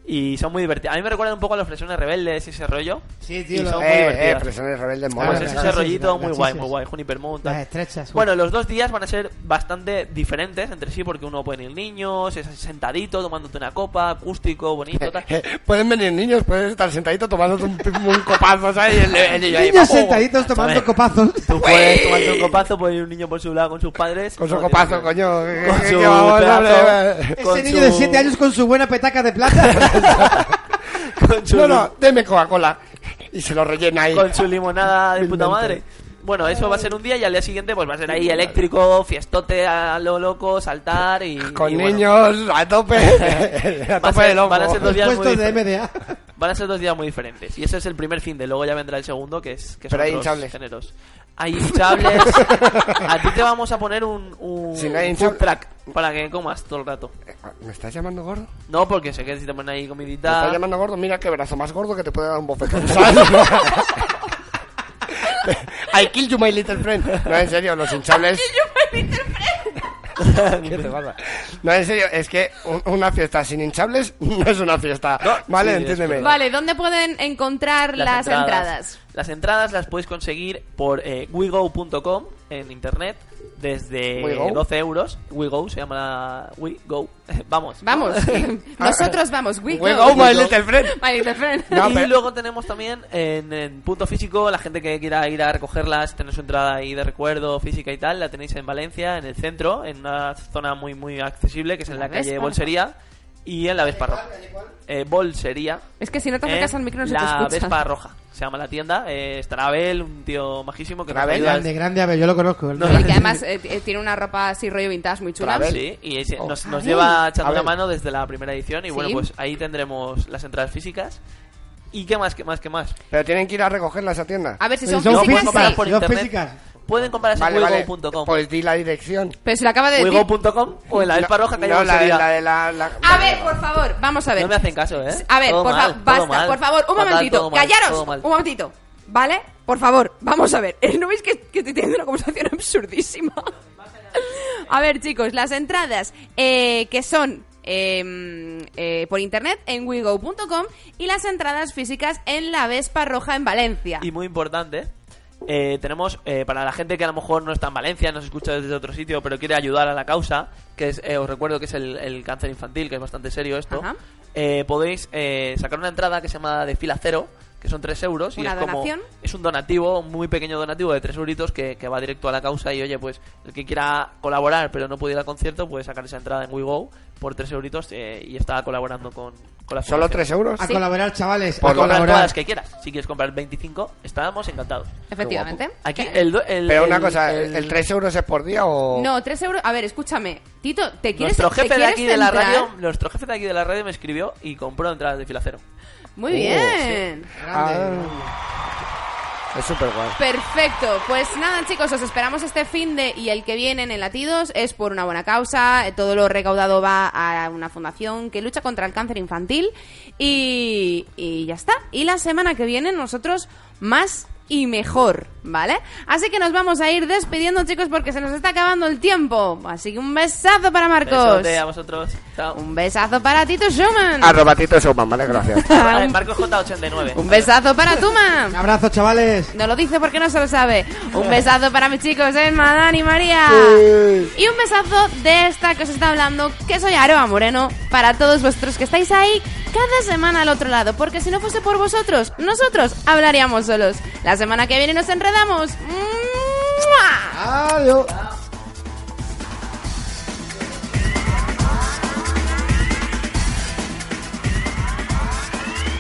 Speaker 7: Y son muy divertidas. A mí me recuerdan un poco a los Fresones Rebeldes y ese rollo.
Speaker 5: Sí, tío,
Speaker 7: Y
Speaker 5: lo-
Speaker 7: son
Speaker 5: Eh,
Speaker 7: muy
Speaker 5: eh,
Speaker 7: divertidas.
Speaker 6: Fresones Rebeldes eh.
Speaker 7: Pues
Speaker 6: mola.
Speaker 7: es
Speaker 6: Las
Speaker 7: ese
Speaker 6: gachises,
Speaker 7: rollito
Speaker 6: las
Speaker 7: muy
Speaker 6: gachises.
Speaker 7: guay, muy guay. Juniper Moon, tal.
Speaker 5: Las estrechas.
Speaker 7: Bueno, los dos días van a ser bastante diferentes entre sí porque uno pueden ir niños, es sentadito, tomándote una copa, acústico, bonito, tal.
Speaker 6: Eh, Pueden venir niños, pueden estar sentaditos tomando un, un copazo, ¿sabes? Y el- el niño ahí,
Speaker 5: Niños
Speaker 6: "Vamos".
Speaker 5: sentaditos tomando
Speaker 7: oh, Chaval.
Speaker 5: copazos.
Speaker 7: Tú puedes tomarte un copazo, puede ir un niño por su lado con sus padres.
Speaker 6: Con su
Speaker 7: No,
Speaker 6: copazo,
Speaker 7: tío,
Speaker 6: coño.
Speaker 7: Con
Speaker 6: que-
Speaker 7: su
Speaker 6: que vamos,
Speaker 7: pedazo,
Speaker 6: hombre,
Speaker 7: con
Speaker 5: Ese niño
Speaker 7: su-
Speaker 5: de 7 años con su buena petaca de plata.
Speaker 7: con su-
Speaker 6: No, no, deme Coca-Cola. Y se lo rellena ahí.
Speaker 7: con su limonada de
Speaker 6: Me
Speaker 7: puta
Speaker 6: invento.
Speaker 7: madre. Bueno, eso va a ser un día y al día siguiente pues va a ser ahí eléctrico, fiestote a lo loco, saltar y...
Speaker 6: Con
Speaker 7: y bueno.
Speaker 6: niños a tope. a
Speaker 7: Va a
Speaker 6: tope
Speaker 7: ser-
Speaker 6: de loco.
Speaker 7: van a ser dos días muy
Speaker 5: Puestos de
Speaker 7: diferentes.
Speaker 5: MDA.
Speaker 7: Van a ser dos días muy diferentes. Y ese es el primer fin de. Luego ya vendrá el segundo, que es que son
Speaker 6: Pero hay
Speaker 7: otros
Speaker 6: hinchables.
Speaker 7: géneros. Hay hinchables. a ti te vamos a poner un, un,
Speaker 6: Si no hay
Speaker 7: un
Speaker 6: hinchable-
Speaker 7: track para que comas todo el rato.
Speaker 6: ¿Me estás llamando gordo?
Speaker 7: No, porque sé que si te ponen ahí
Speaker 6: ¿Me estás
Speaker 7: comidita...
Speaker 6: llamando gordo? Mira qué brazo más gordo que te puede dar un bofetón. ¿sabes? I kill you, my little friend. No, en serio, los hinchables. ¿Qué te pasa? No, en serio, es que un- una fiesta sin hinchables no es una fiesta. vale,
Speaker 7: sí,
Speaker 6: entiéndeme.
Speaker 3: Vale, ¿dónde pueden encontrar las, entradas?
Speaker 7: Las entradas las podéis conseguir por eh, wego.com en internet desde
Speaker 3: ¿Wego?
Speaker 7: 12 euros. Wego se llama la... WeGo. Vamos.
Speaker 3: Vamos, nosotros vamos. We,
Speaker 7: We
Speaker 6: oh,
Speaker 3: go.
Speaker 7: go, my little friend.
Speaker 3: My little friend.
Speaker 7: y luego tenemos también en, en punto físico, la gente que quiera ir a recogerlas, tener su entrada ahí de recuerdo física y tal, la tenéis en Valencia, en el centro, en una zona muy muy accesible, que es en la,
Speaker 3: La
Speaker 7: calle
Speaker 3: Vesparro.
Speaker 7: Bolsería y en la Vesparro. Eh, Bolsería.
Speaker 3: Es que si no te acercas
Speaker 7: en
Speaker 3: al micro no se te
Speaker 7: Eh, La
Speaker 3: escucha.
Speaker 7: Vespa Roja. Se llama la tienda. Eh, estará Abel, un tío majísimo que nos
Speaker 5: Grande,
Speaker 7: ayuda.
Speaker 5: grande, grande, a ver, yo lo conozco.
Speaker 7: No,
Speaker 3: Y que además eh, t- eh, tiene una ropa así rollo vintage muy chula.
Speaker 7: Sí, y ese-
Speaker 3: Oh,
Speaker 7: nos,
Speaker 3: a
Speaker 7: nos
Speaker 3: ver.
Speaker 7: lleva echando
Speaker 3: A
Speaker 7: una
Speaker 3: ver.
Speaker 7: mano desde la primera edición. Y
Speaker 3: Sí.
Speaker 7: bueno, pues ahí tendremos las entradas físicas. ¿Y qué más, qué más, qué más?
Speaker 6: Pero tienen que ir a recogerlas a tienda.
Speaker 3: A ver, si son
Speaker 7: No, pueden
Speaker 3: físicas,
Speaker 7: comprar
Speaker 3: sí.
Speaker 7: por
Speaker 3: Son
Speaker 7: internet.
Speaker 3: físicas.
Speaker 7: Pueden comprarlas
Speaker 6: Vale,
Speaker 7: en
Speaker 6: vale.
Speaker 7: wego.com.
Speaker 6: Pues di la dirección.
Speaker 3: Pero si lo acaba de decir.
Speaker 7: Wego.com o en la Vespa Roja que
Speaker 6: no,
Speaker 7: hay
Speaker 6: la,
Speaker 7: bolsería.
Speaker 6: la de la, la-
Speaker 3: A ver, por favor, vamos a ver.
Speaker 7: No me hacen caso, ¿eh?
Speaker 3: A ver,
Speaker 7: Todo
Speaker 3: por
Speaker 7: mal,
Speaker 3: favor,
Speaker 7: todo
Speaker 3: basta,
Speaker 7: mal.
Speaker 3: por favor, un
Speaker 7: Fatal,
Speaker 3: momentito,
Speaker 7: todo mal,
Speaker 3: callaros,
Speaker 7: todo mal.
Speaker 3: un momentito, ¿vale? Por favor, vamos a ver, ¿no veis que, que estoy teniendo una conversación absurdísima? A ver, chicos, las entradas eh, que son eh, eh, por internet en wego.com y las entradas físicas en la Vespa Roja en Valencia.
Speaker 7: Y muy importante, eh, tenemos eh, para la gente que a lo mejor no está en Valencia, nos escucha desde otro sitio, pero quiere ayudar a la causa, que es, eh, os recuerdo que es el, el cáncer infantil, que es bastante serio esto,
Speaker 3: Ajá.
Speaker 7: eh, podéis eh, sacar una entrada que se llama de fila cero, que son 3 euros.
Speaker 3: Una
Speaker 7: y es como-
Speaker 3: donación.
Speaker 7: es un donativo, un muy pequeño donativo de 3 euritos que, que va directo a la causa y oye, pues el que quiera colaborar pero no puede ir al concierto puede sacar esa entrada en WeGo por 3 euritos eh, y está colaborando con, con la
Speaker 6: ¿Solo
Speaker 7: fundación.
Speaker 6: tres euros?
Speaker 5: A colaborar, chavales,
Speaker 7: Por
Speaker 5: a colaborar.
Speaker 7: todas las que quieras. Si quieres comprar 25, estábamos encantados.
Speaker 3: Efectivamente.
Speaker 7: Qué guapo. Aquí el, do- el-
Speaker 6: Pero una
Speaker 7: el-
Speaker 6: cosa,
Speaker 7: el-
Speaker 6: ¿el 3 euros es por día o...?
Speaker 3: No, 3 euros. A ver, escúchame. Tito, ¿te quieres
Speaker 7: nuestro jefe
Speaker 3: te
Speaker 7: de
Speaker 3: quieres
Speaker 7: aquí de la
Speaker 3: centrar?
Speaker 7: radio, nuestro jefe de aquí de la radio me escribió y compró entradas de filacero.
Speaker 3: Muy
Speaker 7: Oh,
Speaker 3: bien.
Speaker 6: Ah. Es súper guay.
Speaker 3: Perfecto, pues nada chicos, os esperamos este fin de y el que vienen en Latidos es por una buena causa, eh, todo lo recaudado va a una fundación que lucha contra el cáncer infantil y, y ya está. Y la semana que viene nosotros más y mejor, ¿vale? Así que nos vamos a ir despidiendo chicos porque se nos está acabando el tiempo. Así que un besazo para Marcos.
Speaker 7: Besote a vosotros. Chao.
Speaker 3: Un besazo para Tito Schumann. Ah,
Speaker 6: Arroba Tito Showman, vale, gracias.
Speaker 7: Vale, Marcos J89.
Speaker 3: Un besazo para Tuma.
Speaker 5: Un abrazo, chavales.
Speaker 3: No lo dice porque no se lo sabe. Un besazo para mis chicos, ¿eh? Madán y María. Y un besazo de esta que os está hablando, que soy Aroa Moreno, para todos vosotros que estáis ahí cada semana al otro lado. Porque si no fuese por vosotros, nosotros hablaríamos solos. La semana que viene nos enredamos. ¡Mua!
Speaker 5: Adiós.